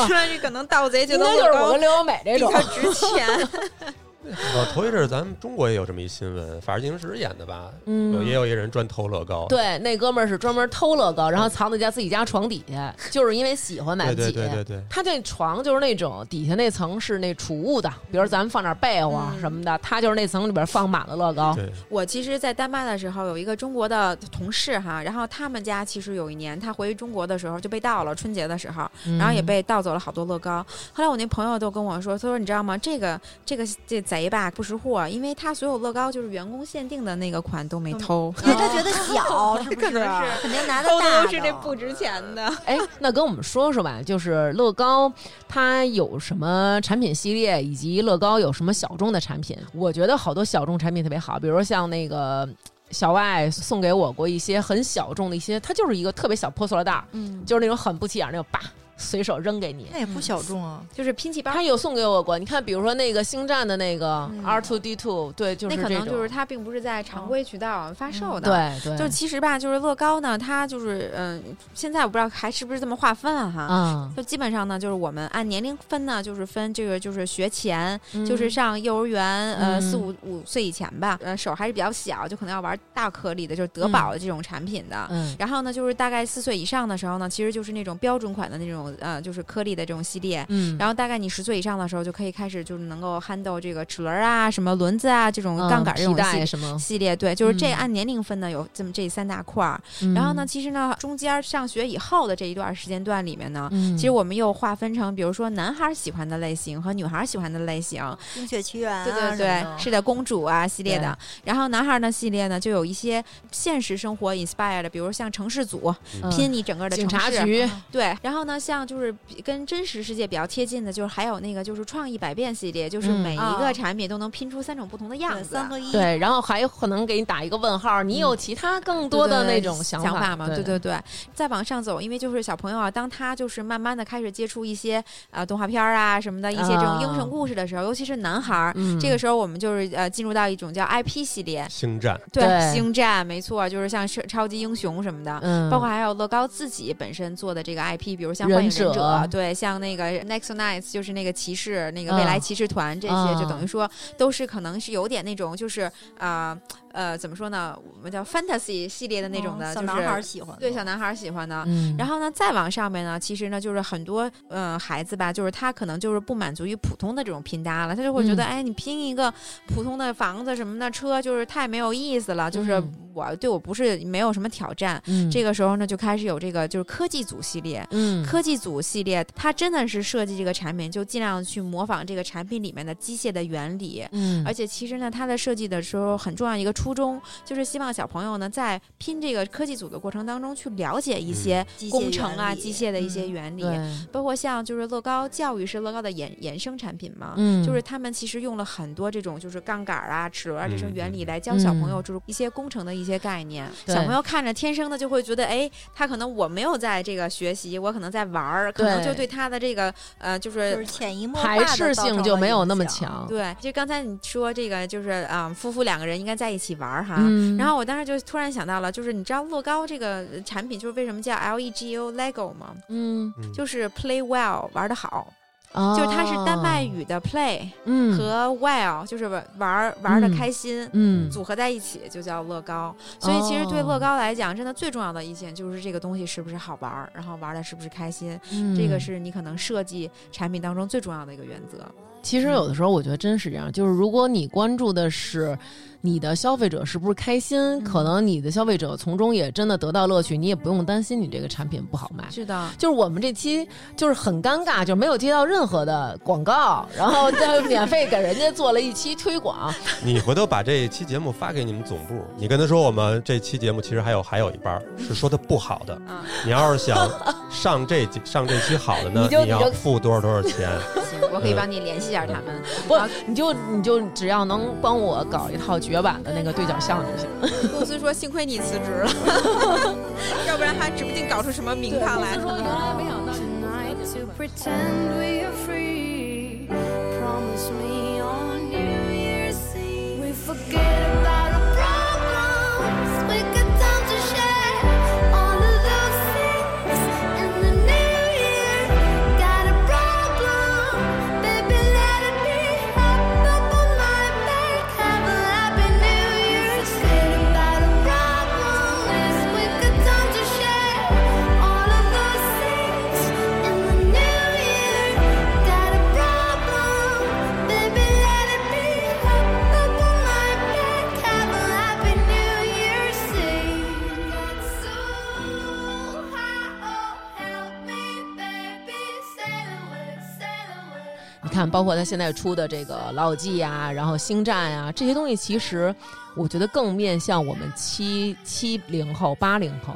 所以嗯可能盗贼觉
应
得
该就是
乐
我
高
跟刘小美这
比
种
较值钱。
呃，头一阵儿咱们中国也有这么一新闻，法制进行时演的吧，有也
嗯。
有一人专偷乐高，
对，那哥们儿是专门偷乐高，然后藏在家自己家床底下，就是因为喜欢买
对
不起。
对对对对，
他这床就是那种底下那层是那储物的，比如咱们放点被窝啊
嗯
什么的，他就是那层里边放满了乐高。
对，
我其实，在丹麦的时候有一个中国的同事哈，然后他们家其实有一年他回中国的时候就被盗了，春节的时候，然后也 被盗走了好多乐高。后来我那朋友都跟我说，他说你知道吗？这个这个这贼吧不识货，因为他所有乐高就是员工限定的那个款都没偷，
因为他觉得 小，是不
可
是
能是？
肯定拿的
偷
大
的
的
都是这不值钱的。
哎，那跟我们说说吧，就是乐高它有什么产品系列，以及乐高有什么小众的产品？我觉得好多小众产品特别好，比如说像那个小外送给我过一些很小众的一些，它就是一个特别小破塑料袋儿，
嗯，
就是那种很不起眼儿那种，叭随手扔给你。
那也不小众啊。
就是拼砌包。
他有送给我过，你看，比如说那个星战的那个
嗯
R two D two，对，就是
那
这
可
种，
能就是嗯它并不是在常规渠道发售的，
对对，
就其实吧，就是乐高呢，它就是嗯、现在我不知道还是不是这么划分了哈。
啊，
就基本上呢，就是我们按年龄分呢，就是分这个就是学前，
嗯
就是上幼儿园，呃，
嗯
四五五岁以前吧，嗯呃，手还是比较小，就可能要玩大颗粒的，就是德宝的这种产品的。
嗯
然后呢，就是大概四岁以上的时候呢，其实就是那种标准款的那种，呃，就是颗粒的这种系列。
嗯，
然后大概你十岁以上的时候，就可以开始就是能够憨豆这个齿轮啊、什么轮子啊这种
嗯
杠杆这
皮
种系
带
列
什么，
系列。对，就是这
嗯
按年龄分呢，有这么这三大块儿。然后呢，其实呢，中间上学以后的这一段时间段里面呢，
嗯，
其实我们又划分成，比如说男孩儿喜欢的类型和女孩儿喜欢的类型。
冰雪奇缘啊，
对对对，是的，公主啊系列的。然后男孩儿呢系列呢，就有一些现实生活 inspired 的，比如像城市组，
嗯
拼你整个的
警
城
察
市。啊
局，
对，然后呢，像像就是比跟真实世界比较贴近的，就是还有那个就是创意百变系列，就是
嗯
每一
哦
个产品都能拼出三种不同的样
对
子。
三合一，
对，然后还可能给你打一个问号，你有其他更多的那种
嗯想
法想
吗？对
对，
对对，再往上走，因为就是小朋友啊，当他就是慢慢的开始接触一些呃动画片儿啊什么的一些这种英雄故事的时候，尤其是男孩儿，
嗯
这个时候我们就是呃进入到一种叫 IP 系列，
星战
对
星战没错，就是像是超级英雄什么的。
嗯，
包括啊还有乐高自己本身做的这个 IP，比如像
忍
幻影忍
者
对，像那个 Nexo Knights，就是那个骑士，那个
嗯
未来骑士团，这些就
嗯
等于说都是可能是有点那种就是啊呃怎么说呢，我们叫 fantasy 系列的那种的，
嗯小
就是
男孩儿喜欢的，
对小男孩儿喜欢的。
嗯，
然后呢，再往上面呢，其实呢，就是很多嗯、呃孩子吧，就是他可能就是不满足于普通的这种拼搭了，他就会觉得，
嗯
哎，你拼一个普通的房子什么的车，就是太没有意思了，就是
嗯
我对我不是没有什么挑战。
嗯
这个时候呢，就开始有这个就是科技组系列。
嗯
科技组系列，它真的是设计这个产品，就尽量去模仿这个产品里面的机械的原理，
嗯，
而且其实呢，它的设计的时候很重要一个初衷，就是希望小朋友呢在拼这个科技组的过程当中去了解一些
机械
工程啊、
原理嗯
机械的一些原理，
嗯对
包括像就是乐高教育是乐高的衍衍生产品嘛。
嗯
就是他们其实用了很多这种就是杠杆啊、齿轮啊这种
嗯
原理
嗯
来教小朋友
嗯
就是一些工程的一些概念。
对
小朋友看着天生的就会觉得，哎，他可能我没有在这个学习，我可能在玩儿，可能
对
就对他的这个呃就是
就是潜移默化
排
地
斥
造成
性
了
就没有
影
那么
响。
强，
对，就刚才你说这个，就是啊、嗯夫妇两个人应该在一起玩儿哈。
嗯，
然后我当时就突然想到了，就是你知道乐高这个呃产品，就是为什么叫 L E G O Lego 吗？
嗯，
嗯
就是 play well 玩得好，
就
就是它是丹麦语的 play
哦嗯
和 well，、就是玩玩玩的开心。
嗯
组合在一起就叫乐高，所以其实对
哦
乐高来讲，真的最重要的一点就是这个东西是不是好玩儿，然后玩的是不是开心，这个
嗯
是你可能设计产品当中最重要的一个原则。
其实有的时候我觉得真是这样，就是如果你关注的是你的消费者是不是开心，
嗯
可能你的消费者从中也真的得到乐趣，你也不用担心你这个产品不好卖。
是的，
就是我们这期就是很尴尬，就没有接到任何的广告，然后 就免费给人家做了一期推广。
你回头把这期节目发给你们总部，你跟他说我们这期节目其实还有还有一半儿
嗯
是说的不好的，
嗯
你要是想 上这节上这期好的呢，
你就
要
你就
付多少多少钱？
行，我可以帮你联系一下他们。
不，你就你就只要能帮我搞一套绝版的那个对角巷就行。
公司说幸亏你辞职了，要不然他指不定搞出什么名堂来。
tonight to pretend we are free. Promise me on New Year's Eve we forget about our problems. We get time to share all of those things in the new year. Got a problem, baby, let it be. Hop up on my back, have a happy New Year's. Forget about our problems. We get time to share all of those things in the new year. Got a problem, baby, let it be. Hop up on my back, have a happy New Year's Eve. So high, oh, help me, baby, sailing with, sailing with.
你看，包括他现在出的这个《老友记》呀，然后《星战》呀，这些东西，其实我觉得更面向我们七七零后、八零后。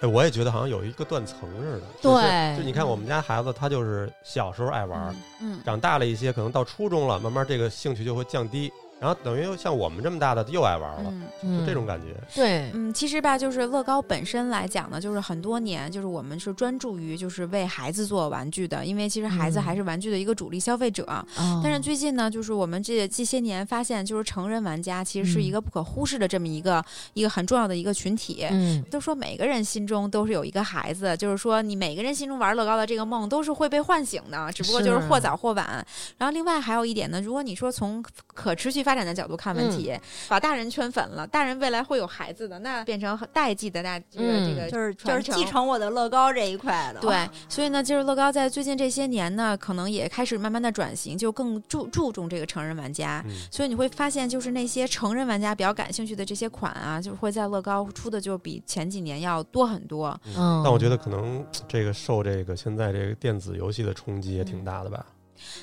哎，我也觉得好像有一个断层似的。
对
就是就你看我们家孩子，他就是小时候爱玩儿，
嗯，
长大了一些，可能到初中了，慢慢这个兴趣就会降低，然后等于像我们这么大的又爱玩儿了，
嗯
嗯，
就这种感觉。
对，
嗯，其实吧，就是乐高本身来讲呢，就是很多年，就是我们是专注于就是为孩子做玩具的，因为其实孩子
嗯
还是玩具的一个主力消费者。啊
哦
嗯但是最近呢，就是我们这这些年发现，就是成人玩家其实是一
嗯
个不可忽视的这么一个、一个很重要的一个群体。
嗯，
都说每个人心中都是有一个孩子，就是说你每个人心中玩乐高的这个梦都是会被唤醒的，只不过就是
是
或早或晚。然后另外还有一点呢，如果你说从可持续发展的角度看问题，把大人圈粉了，大人未来会有孩子的，那变成代际的那这个、
嗯
这个
就是就是
传承
继承我的乐高这一块的，
对，所以呢，就是乐高在最近这些年呢，可能也开始慢慢的转型，就更注注重这个成人玩家。
嗯
所以你会发现，就是那些成人玩家比较感兴趣的这些款啊，就会在乐高出的就比前几年要多很多。
嗯，
但我觉得可能这个受这个现在这个电子游戏的冲击也挺大的吧。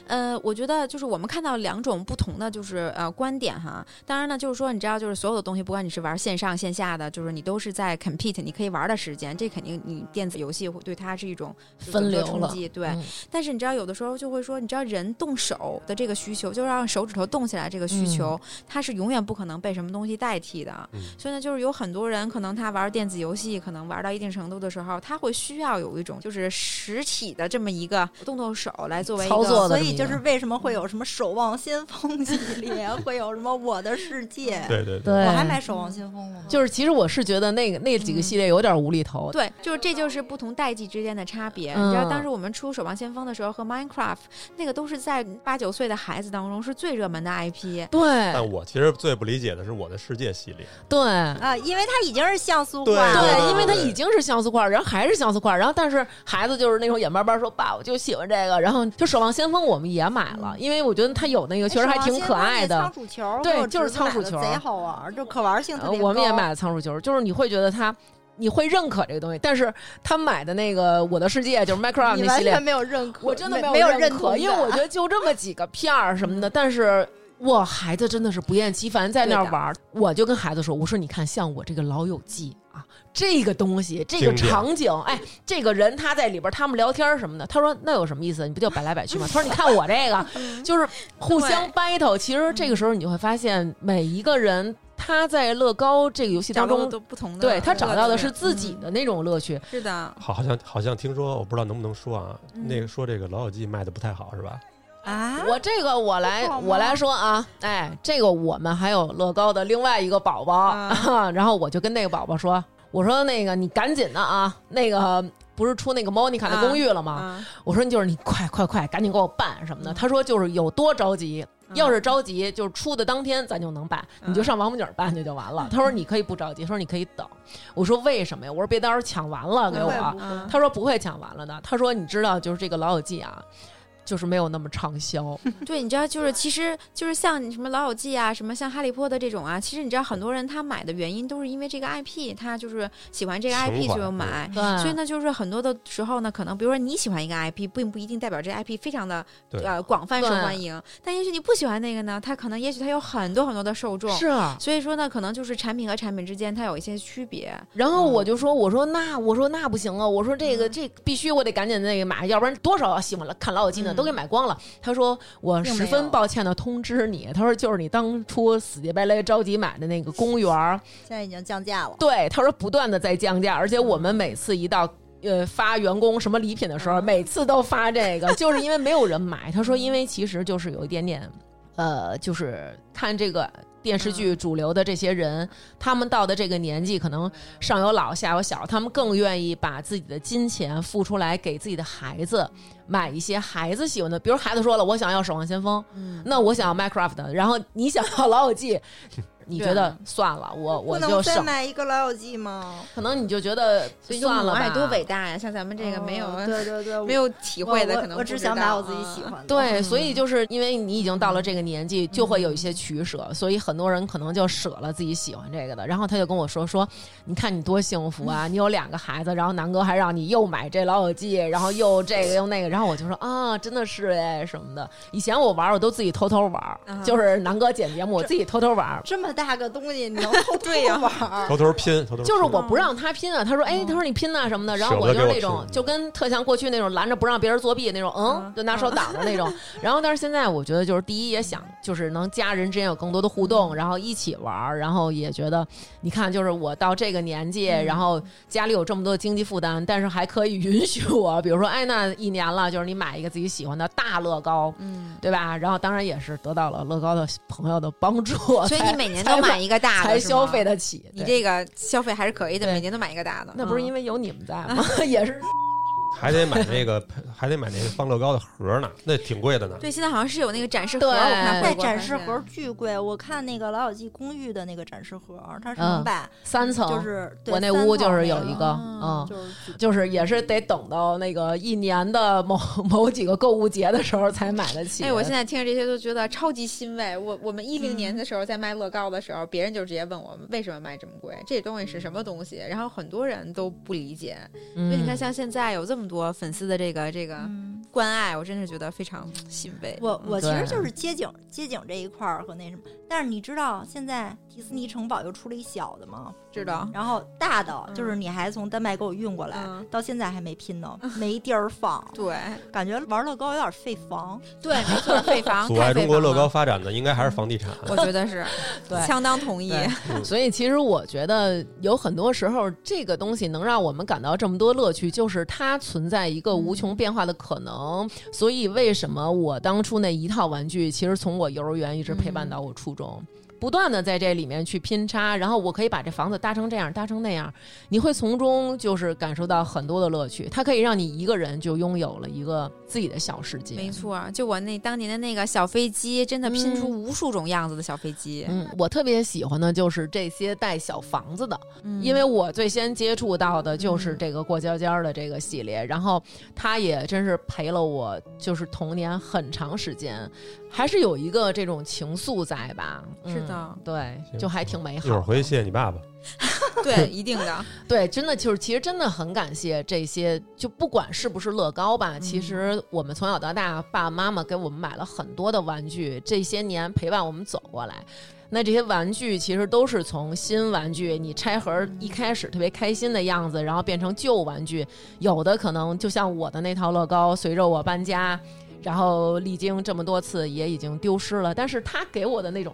呃，我觉得就是我们看到两种不同的就是呃观点哈。当然呢，就是说你知道，就是所有的东西，不管你是玩线上线下的，就是你都是在 compete，你可以玩的时间，这肯定你电子游戏会对它是一种就是
分
更
流
多冲
了
击，对。
嗯
但是你知道，有的时候就会说，你知道人动手的这个需求，就是让手指头动起来这个
嗯
需求，它是永远不可能被什么东西代替的。
嗯
所以呢，就是有很多人可能他玩电子游戏，可能玩到一定程度的时候，他会需要有一种就是实体的这么一个动动手来作为一个
操作的
所
这么
以
一
就
个
是为什么会
嗯
有什么《守望先锋》系列，会有什么《我的世界》
嗯对对对，
对，
我还买《守望先锋》了呢。
就是其实我是觉得那个那几个系列有点无厘头，
对，就是这就是不同代际之间的差别。
嗯
你知道当时我们出《守望先锋》的时候和 Minecraft 那个都是在八九岁的孩子当中是最热门的 IP。
对
但我其实最不理解的是《我的世界》系列，
对
啊，因为它已经是像素化
对
了，
对，
对
因为它
对
已经是相似块儿，然后还是相似块儿，然后但是孩子就是那种眼巴巴说：“爸，我就喜欢这个。”然后就《守望先锋》，我们也买了，因为我觉得它有那个确实还挺可爱
哎哎守望先锋那
的
仓。鼠球儿，
对
给我侄
就是
子
仓鼠
买的
球儿
贼好玩儿，就可玩性特
呃
别高。
我们也买了仓鼠球，就是你会觉得它，你会认可这个东西，但是他买的那个《我的世界》就是 Minecraft
你
那
完
系列
全，没有认可，
我真的
没
有
有
认
同
可，
感啊
因为我觉得就这么几个片儿什么的，但是。哇，孩子真的是不厌其烦在那儿玩儿，我就跟孩子说：“我说你看，像我这个《老友记》啊，这个东西，这个
经典
场景，哎，这个人他在里边儿，他们聊天儿什么的。”他说：“那有什么意思？你不就摆来摆去吗？”他说：“你看我这个，就是互相 battle。其实这个时候你就会发现，每一个人他在乐高这个游戏当
找到
中
了，都不同的，
对他找到的是自己的那种乐趣。
是的，
好，好像好像听说，我不知道能不能说啊，
嗯
那个说这个《老友记》卖的不太好是吧？
啊，
我这个我来
不好吗
我来说啊，哎，这个我们还有乐高的另外一个宝宝，
啊
然后我就跟那个宝宝说，我说那个你赶紧的啊，那个不是出那个莫妮卡的公寓了吗？
啊，
我说你就是你快快快，赶紧给我办
嗯
什么的。他说就是有多着急。要是着急，就是出的当天咱就能办，你
嗯
就上王府井办去就完 了。他说你可以不着急，说你可以等。我说为什么呀？我说别到时候抢完了给我。
会不
嗯
他说不会抢完了的。他说你知道，就是这个《老友记》啊，就是没有那么畅销。
对，你知道，就是其实就是像你什么《老友记》啊，什么像《哈利波特》这种啊，其实你知道很多人他买的原因都是因为这个 IP，他就是喜欢这个
情
IP
怀嗯
就买。
对
所以呢，就是很多的时候呢，可能比如说你喜欢一个 IP，并不一定代表这 IP 非常的
对
呃广泛受
对
欢迎，但也许你不喜欢那个呢，它可能也许它有很多很多的受众。
是啊，
所以说呢，可能就是产品和产品之间它有一些区别。
然后我就说，我说那我说那不行啊，我说这个这必须我得赶紧那个买，要不然多少喜欢了看老友记呢
嗯
都给买光了。他说我
并没
十
有
分抱歉的通知你，他说就是你当初死乞白赖着急买的那个公园儿，
现在已经降价了。
对，他说不断的在降价，而且我们每次一到。呃，发员工什么礼品的时候，每次都发这个，就是因为没有人买。他说，因为其实就是有一点点，呃，就是看这个电视剧主流的这些人，他们到的这个年纪，可能上有老下有小，他们更愿意把自己的金钱付出来给自己的孩子买一些孩子喜欢的，比如孩子说了，我想要《守望先锋》，
嗯，
那我想要 Minecraft，然后你想要《老友记》，你觉得算了，我
啊不
我
能
就
再
省
买一个老友记吗？
可能你就觉得
所以就
算
母
了
爱
吧，
多伟大呀！像咱们这个没有、啊
哦对对对，
没有体
体
会的，可能
我
不
只
知
想买
道
我自己
嗯
啊
喜欢的。
对，所以就是因为你已经到了这个年纪，就会有一些取舍，所以很多人可能就舍了自己喜欢这个的。然后他就跟我说说，你看你多幸福啊，你有两个孩子，然后南哥还让你又买这老友记，然后又这个又那个，然后我就说啊，真的是哎什么的。以前我玩儿我都自己偷偷玩儿，
啊
就是南哥剪节目，我自己偷偷玩儿。
这么大个东西，你能 偷偷
对呀
玩儿？
偷偷拼，偷偷
就是
拼
我不让他拼啊，他说，哎，他说你拼呐、什么的，然后
舍不
我
得
就是
给
那
我
种
拼
就跟特像过去那种拦着不让别人作弊那种，嗯
嗯，
就拿手挡着那种。然后但是现在我觉得就是第一也想就是能家人之间有更多的互动，然后一起玩儿，然后也觉得你看就是我到这个年纪，然
嗯
后家里有这么多的经济负担，但是还可以 允许我，比如说哎那一年了，就是你买一个自己喜欢的大乐高，
嗯，
对吧？然后当然也是得到了乐高的朋友的帮助，
所以
才
你每年都买一个大的，
才
是
消
吗
费得起。
你
对
这个消费还是可以的，
对
每年都买一个大的。
那不是因
为
为有你们在吗？ 也是
还得买那个， 还得买那个放乐高的盒呢，那挺贵的呢。
嗯对，现在好像是有那个展示盒，
对
我
对
看回
那
国
展
发
示
现
盒巨贵，我看那个《老友记》公寓的那个展示盒，它是
嗯
能把
三层，
就是对
我那
三
屋
套
就是
那
有一个，嗯，
就是巨
就是也是得等到那个一年的某 某几个购物节的时候才买得起。
哎，我现在听着这些都觉得超级欣慰。我我们一零年的时候在卖乐高的时候，别人就直接问我们为什么卖这么贵，这东西是什么东西，然
嗯
后很多人都不理解。所以你看，像现在有这么多粉丝的这个这个
嗯
关爱，我真是觉得非常欣慰。
我我其实
对啊
就是街景街景这一块儿和那什么，但是你知道现在迪士尼城堡又出了一小的吗？
知道，
然后大的
嗯
就是你还从丹麦给我运过来，
嗯
到现在还没 拼呢，没地儿放，
对
感觉玩乐高有点费房。
对，没 错，废房
阻碍中国乐。
太
高
啊
废
发展的应该
嗯
还是房地产。
房了 我觉得是
对
相当同意。嗯
对所以其实我觉得有很多时候，这个东西能让我们感到这么多乐趣，就是它存在一个无穷变化的可能。所以为什么我当初那一套玩具，其实从我幼儿园一直陪
嗯
伴到我初中。不断的在这里面去拼插，然后我可以把这房子搭成这样，搭成那样，你会从中就是感受到很多的乐趣。它可以让你一个人就拥有了一个自己的小世界。
没错，就我那当年的那个小飞机，真的拼出
嗯
无数种样子的小飞机。
嗯，我特别喜欢的就是这些带小房子的，
嗯
因为我最先接触到的就是这个过家家的这个系列，然后它也真是陪了我就是童年很长时间，还是有一个这种情愫在吧？
是
嗯
的
对，
行
就还挺美好
一
的。
会儿回去谢谢你爸爸。
嗯对，一定 的。
对，真的就是，其实真的很感谢这些，就不管是不是乐高吧，其实我们从小到大，爸爸妈妈给我们买了很多的玩具，这些年陪伴我们走过来。那这些玩具其实都是从新玩具，你拆盒儿一开始特别开心的样子，然后变成旧玩具。有的可能就像我的那套乐高，随着我搬家，然后历经这么多次，也已经丢失了。但是它给我的那种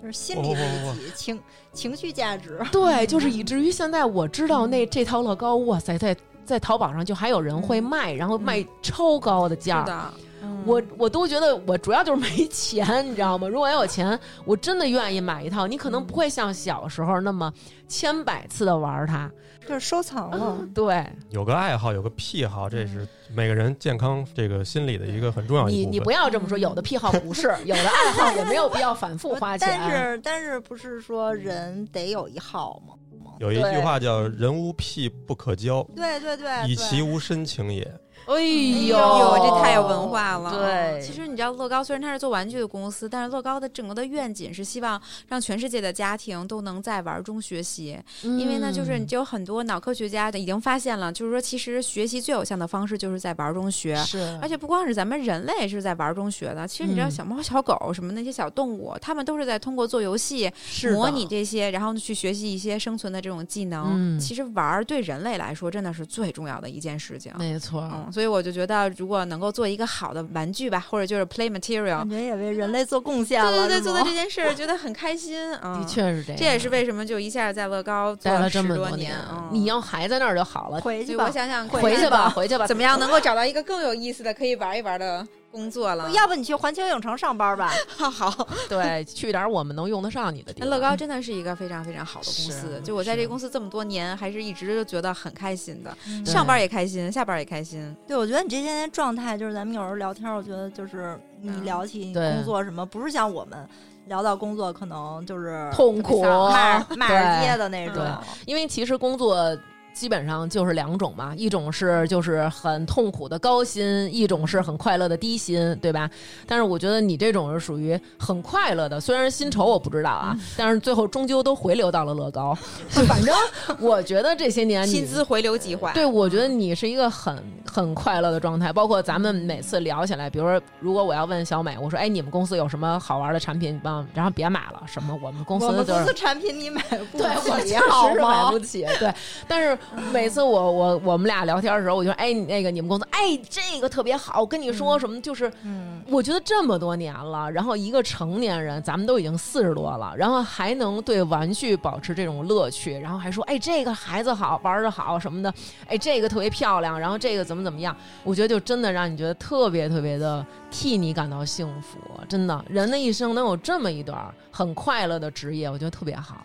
就是心理
哇哇
慰藉、情情绪价值，
对，
嗯
就是以至于现在我知道那这套乐高，哇塞，在在淘宝上就还有人会卖，然后卖超高的价
嗯是
儿。
的，嗯
我我都觉得我主要就是没钱，你知道吗？如果要有钱，我真的愿意买一套。你可
嗯
能不会像小时候那么千百次的玩它，
就是收藏了。
对
有个爱好，有个癖好，这是每个人健康这个心理的一个很重要
你
一部
嗯
分。
你不要这么说，
嗯
有的癖好不是，有的爱好也没有必要反 复花钱。哎
但是但是不是说人得有一号吗？
有一
对
句话叫“人无癖不可交，
嗯
对对对，
以
对
其无深情也
哎呦，
哟，嗯这太有文化了。
对，
其实你知道，乐高虽然它是做玩具的公司，但是乐高的整个的愿景是希望让全世界的家庭都能在玩中学习。因为呢，就是
嗯
你就有很多脑科学家已经发现了，就是说，其实学习最有效的方式就是在玩中学。
是
而且不光是咱们人类是在玩中学的，其实你知道
嗯
小猫、小狗什么那些小动物，它们都是在通过做游戏
是
模
的
拟这些，然后去学习一些生存的这种技能。
嗯
其实玩儿对人类来说真的是最重要的一件事情。
没错儿，
嗯，所以我就觉得，如果能够做一个好的玩具吧，或者就是 play material，
感觉也为人类做贡献
对
了。
嗯对对，
是
做
吗
的这件事儿觉得很开 心。嗯，
的，确是这样。
这也是为什么就一下在乐高做
待了这
十
么多
年。嗯
你要还在那儿就好了。
回
所
去
以
吧
我。想想，
回去吧，，回去吧。
怎么样能够找到一个更有意思的可以玩一玩的工作了？
要不你去环球影城上班吧？
要 好，
对， 去点儿我们能用得上你的地
那
方。
乐高真的是一个非常非常好的公
是
司
啊。
就我在
是
这
啊
公司这么多年，还是一直就觉得很开心的，
对
上班也开心，下班也开心。
对，我觉得你这些天状态，就是咱们有时候聊天，我觉得就是你
嗯
聊起你
对
工作什么，不是像我们聊到工作可能就是
痛苦啊
骂人骂人
对
街的那种。
对
因为其实工作基本上就是两种嘛，一种是就是很痛苦的高薪，一种是很快乐的低薪，对吧？但是我觉得你这种是属于很快乐的，虽然薪酬我不知道啊，
嗯
但是最后终究都回流到了乐高。 反正我觉得这些年你
薪资回流计划，
对，我觉得你是一个很很快乐的状态，包括咱们每次聊起来，比如说，如果我要问小美，我说，哎，你们公司有什么好玩的产品？帮我们，然后别买了，什么我们公司
我们
就
公
是
司。产品你买不
对，我
起啊
确
好
实是买
吗
不？起。对，但是每次我我我们俩聊天的时候，我就说，哎，你那个你们公司，哎，这个特别好，我跟你说什么，就是
嗯，
我觉得这么多年了，然后一个成年人，咱们都已经四十多了，然后还能对玩具保持这种乐趣，然后还说，哎，这个孩子好，玩的好什么的，哎，这个特别漂亮，然后这个怎么怎么样，我觉得就真的让你觉得特别特别的替你感到幸福，真的，人的一生能有这么一段儿很快乐的职业，我觉得特别好。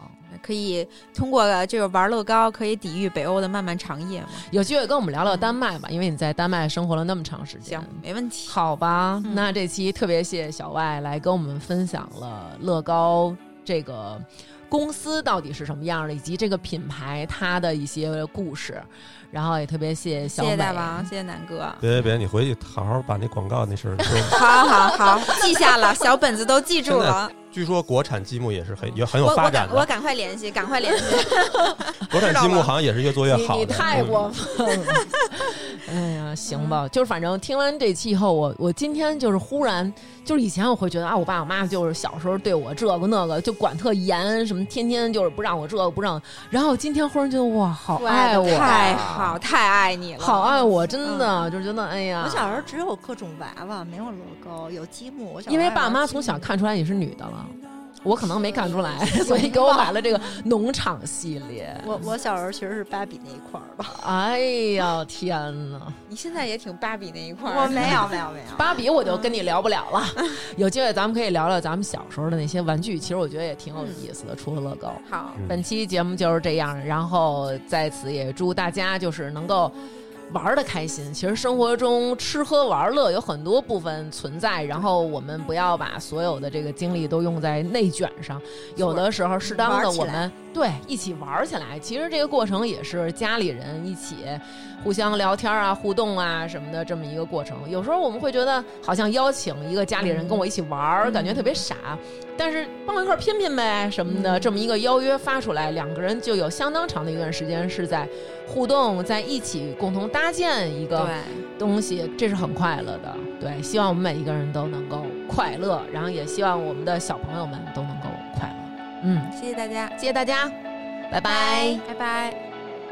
可以通过这个玩乐高，可以抵御北欧的漫漫长夜嘛？
有机会跟我们聊聊丹麦吧，因为你在丹麦生活了那么长时间
行。，没问题。
好吧，
嗯
那这期特别谢谢小外来跟我们分享了乐高这个公司到底是什么样的，以及这个品牌它的一些故事。然后也特别谢谢小
谢
美，啊
谢大王，谢谢南哥。
别别别，你回去好好把那广告那事儿说。
好好好，记下了，小本子都记住了。
据说国产积木也是很也很有
我
发
我
展
赶我
的，
赶快联系，赶快联系。
国产积木好像也是越做越
你
好的。
你太
嗯
过分了。哎呀，行
嗯
吧，就是反正听完这期以后，我我今天就是忽然，就是以前我会觉得啊，我爸我妈就是小时候对我这个那个就管特严，什么天天就是不让我这个不让，然后今天忽然觉得哇，好爱 我，啊
太好，，太爱你了，嗯
好爱我，真的、就是觉得哎呀，
我小时候只有各种娃娃，没有乐高，有积木。我小时候
因为
还玩
爸妈
积
从小
木
看出来你是女的了。我可能没看出来，所以给我买了这个农场系列。
我我小时候其实是芭比那一块儿吧，
哎呀，天哪！
你现在也挺芭比那一块儿。
我没 有没有没有，
芭比我就跟你聊不了了，有机会咱们可以聊聊咱们小时候的那些玩具，其实我觉得也挺有意思的，除了乐高。
好，
嗯
本期节目就是这样，然后在此也祝大家就是能够玩的开心。其实生活中吃喝玩乐有很多部分存在，然后我们不要把所有的这个精力都用在内卷上，有的时候适当的
嗯玩起
我
来
们对一起玩起来。其实这个过程也是家里人一起互相聊天啊、互动啊什么的这么一个过程。有时候我们会觉得好像邀请一个家里人跟我一起玩
嗯
儿，感觉特别傻，但是帮一块儿拼拼呗什么的，这么一个邀约发出来，两个人就有相当长的一段时间是在互动，在一起共同搭建一个
对。
东西，这是很快乐的。对，希望我们每一个人都能够快乐，然后也希望我们的小朋友们都能够快乐。嗯，
谢谢大家，
谢谢大家，拜拜
拜拜。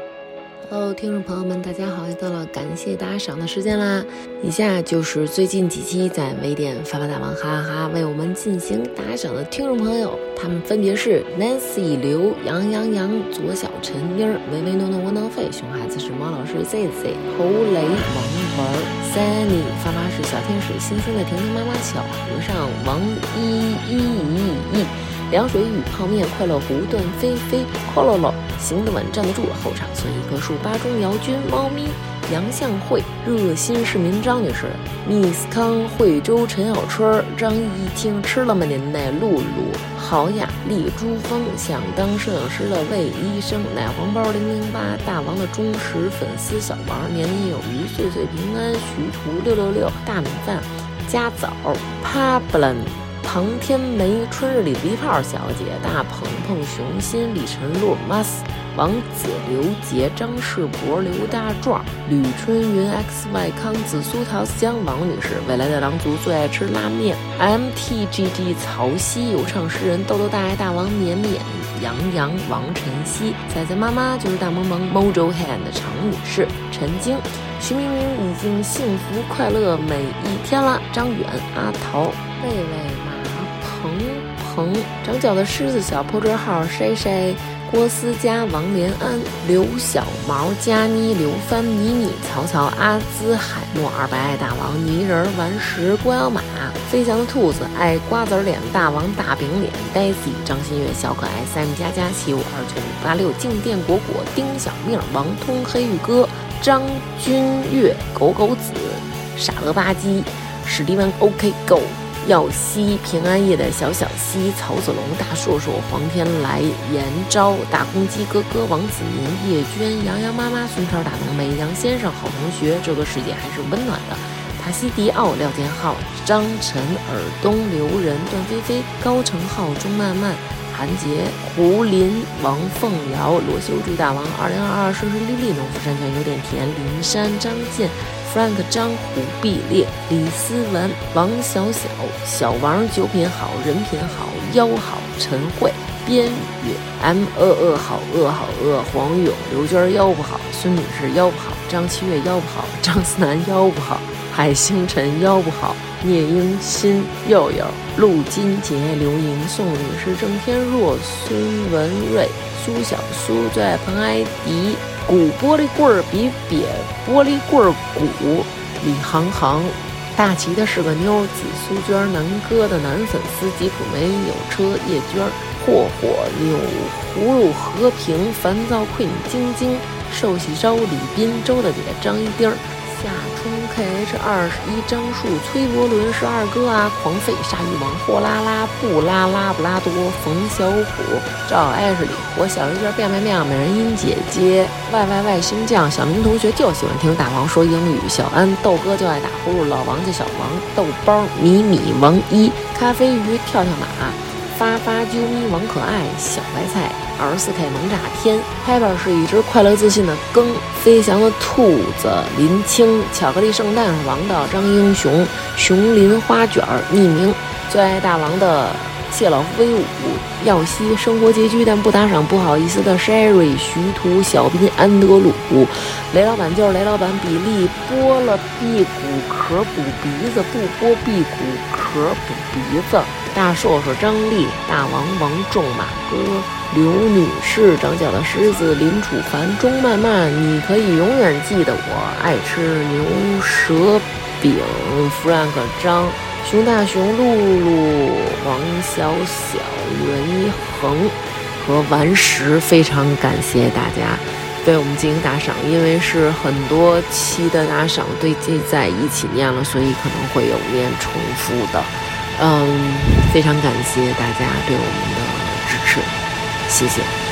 Hello，听众朋友们，大家好！又到了感谢打赏的时间啦！以下就是最近几期在微店发发大王哈哈哈为我们进行打赏的听众朋友，他们分别是 Nancy 刘、杨洋洋、左小陈妮儿、唯唯诺诺窝囊废、熊孩子是猫老师 Z Z、侯雷、王文儿、Sunny、发发是小天使、星星的婷婷妈妈、小和尚、王一一一一。凉水与泡面、快乐湖、段飞飞、c o l o l o 行得稳站得住、后场村一棵树、巴中姚军、猫咪、杨向慧、热心市民张女士、Miss 康、惠州陈小春、张一听、吃了吗您的露露、郝雅丽、朱峰、想当摄影师的魏医生、奶黄包零零八、大王的忠实粉丝小王、年年有余、岁岁平安、徐图六六六、大米饭、家枣、Pablan。庞天梅、春日里梨泡小姐、大鹏鹏、熊心、李晨露、Mas、王子、刘杰、张世博、刘大壮、吕春云、X Y、康子、苏桃、江王女士、未来的狼族最爱吃拉面、M T G G、曹曦、有唱诗人豆豆大爱大王绵绵、杨洋、王晨曦、仔仔妈妈就是大萌萌 Mojo Hand 常女士、陈晶。徐明明已经幸福快乐每一天了。张远、阿桃、贝贝、马鹏鹏、长脚的狮子、小破折号、谁谁、郭思佳、王连安、刘小毛、佳妮、刘帆、妮妮、曹操、阿兹、海默、二白爱大王、泥人儿、顽石、关小马、飞翔的兔子、爱瓜子儿脸、大王大饼脸、Daisy、张馨月、小可爱、Sam 佳佳、七五二九五八六、静电果果、丁小命、王通、黑玉哥。张君越、狗狗子、傻乐吧唧、史蒂文 OK Go、耀西、平安夜的小小西、曹子龙、大硕硕、黄天来、严昭、大公鸡哥哥、王子民、叶娟、洋洋妈妈、孙超、大浓眉、杨先生、好同学，这个世界还是温暖的。塔西迪奥、廖建浩、张晨、尔东、刘仁、段菲菲、高成浩、钟曼曼、韩杰、胡林、王凤瑶、罗修、朱大王、二零二二、顺顺利利、农夫山泉有点甜、林山、张健、Frank、张虎、毕烈、李思文、王小小、小王、九品好、人品好、妖好、陈慧。边宇、M 饿饿好饿好饿、黄勇、刘娟腰不好、孙女士腰不好、张七月腰不好、张思南腰不好、海星辰腰不好、聂英新、佑佑、陆金杰、刘莹、宋女士、郑天若、孙文瑞、苏小苏、最爱彭艾迪、鼓玻璃棍儿比瘪玻璃棍儿鼓、李航航、大齐的是个妞儿，紫苏娟儿，南哥的男粉丝，吉普没有车，叶娟儿，霍霍，柳葫芦，和平，烦躁困，晶晶，寿喜烧，李斌，周大姐，张一丁儿，夏春 KH 二十一，张树，崔伯伦是二哥啊，狂吠，鲨鱼王，货拉拉，布拉拉布拉多，冯小虎，赵爱是李活，小鱼娟，变变变，美人音姐姐，Y Y Y 星酱，小明同学就喜欢听大王说英语，小安豆哥就爱打呼噜，老王叫小王，豆包，米米王一，咖啡鱼跳跳马。发发啾咪王可爱、小白菜、二十四 K 萌炸天、Pepper 是一只快乐自信的更、飞翔的兔子、林青、巧克力圣诞、王道、张英雄、熊林花卷儿、匿名、最爱大王的谢老威武、耀西、生活拮据但不打赏不好意思的 Sherry、徐图、小斌、安德鲁、雷老板就是雷老板，比利剥了辟骨壳补鼻子，不剥辟骨壳补鼻子。大硕硕张力，大王王仲马哥，刘女士长角的狮子林楚凡钟曼曼，你可以永远记得我爱吃牛舌饼，Frank 张。熊大熊、露露、王小小、任一恒和顽石，非常感谢大家对我们进行打赏，因为是很多期的打赏堆积在一起念了，所以可能会有念重复的。嗯，非常感谢大家对我们的支持，谢谢。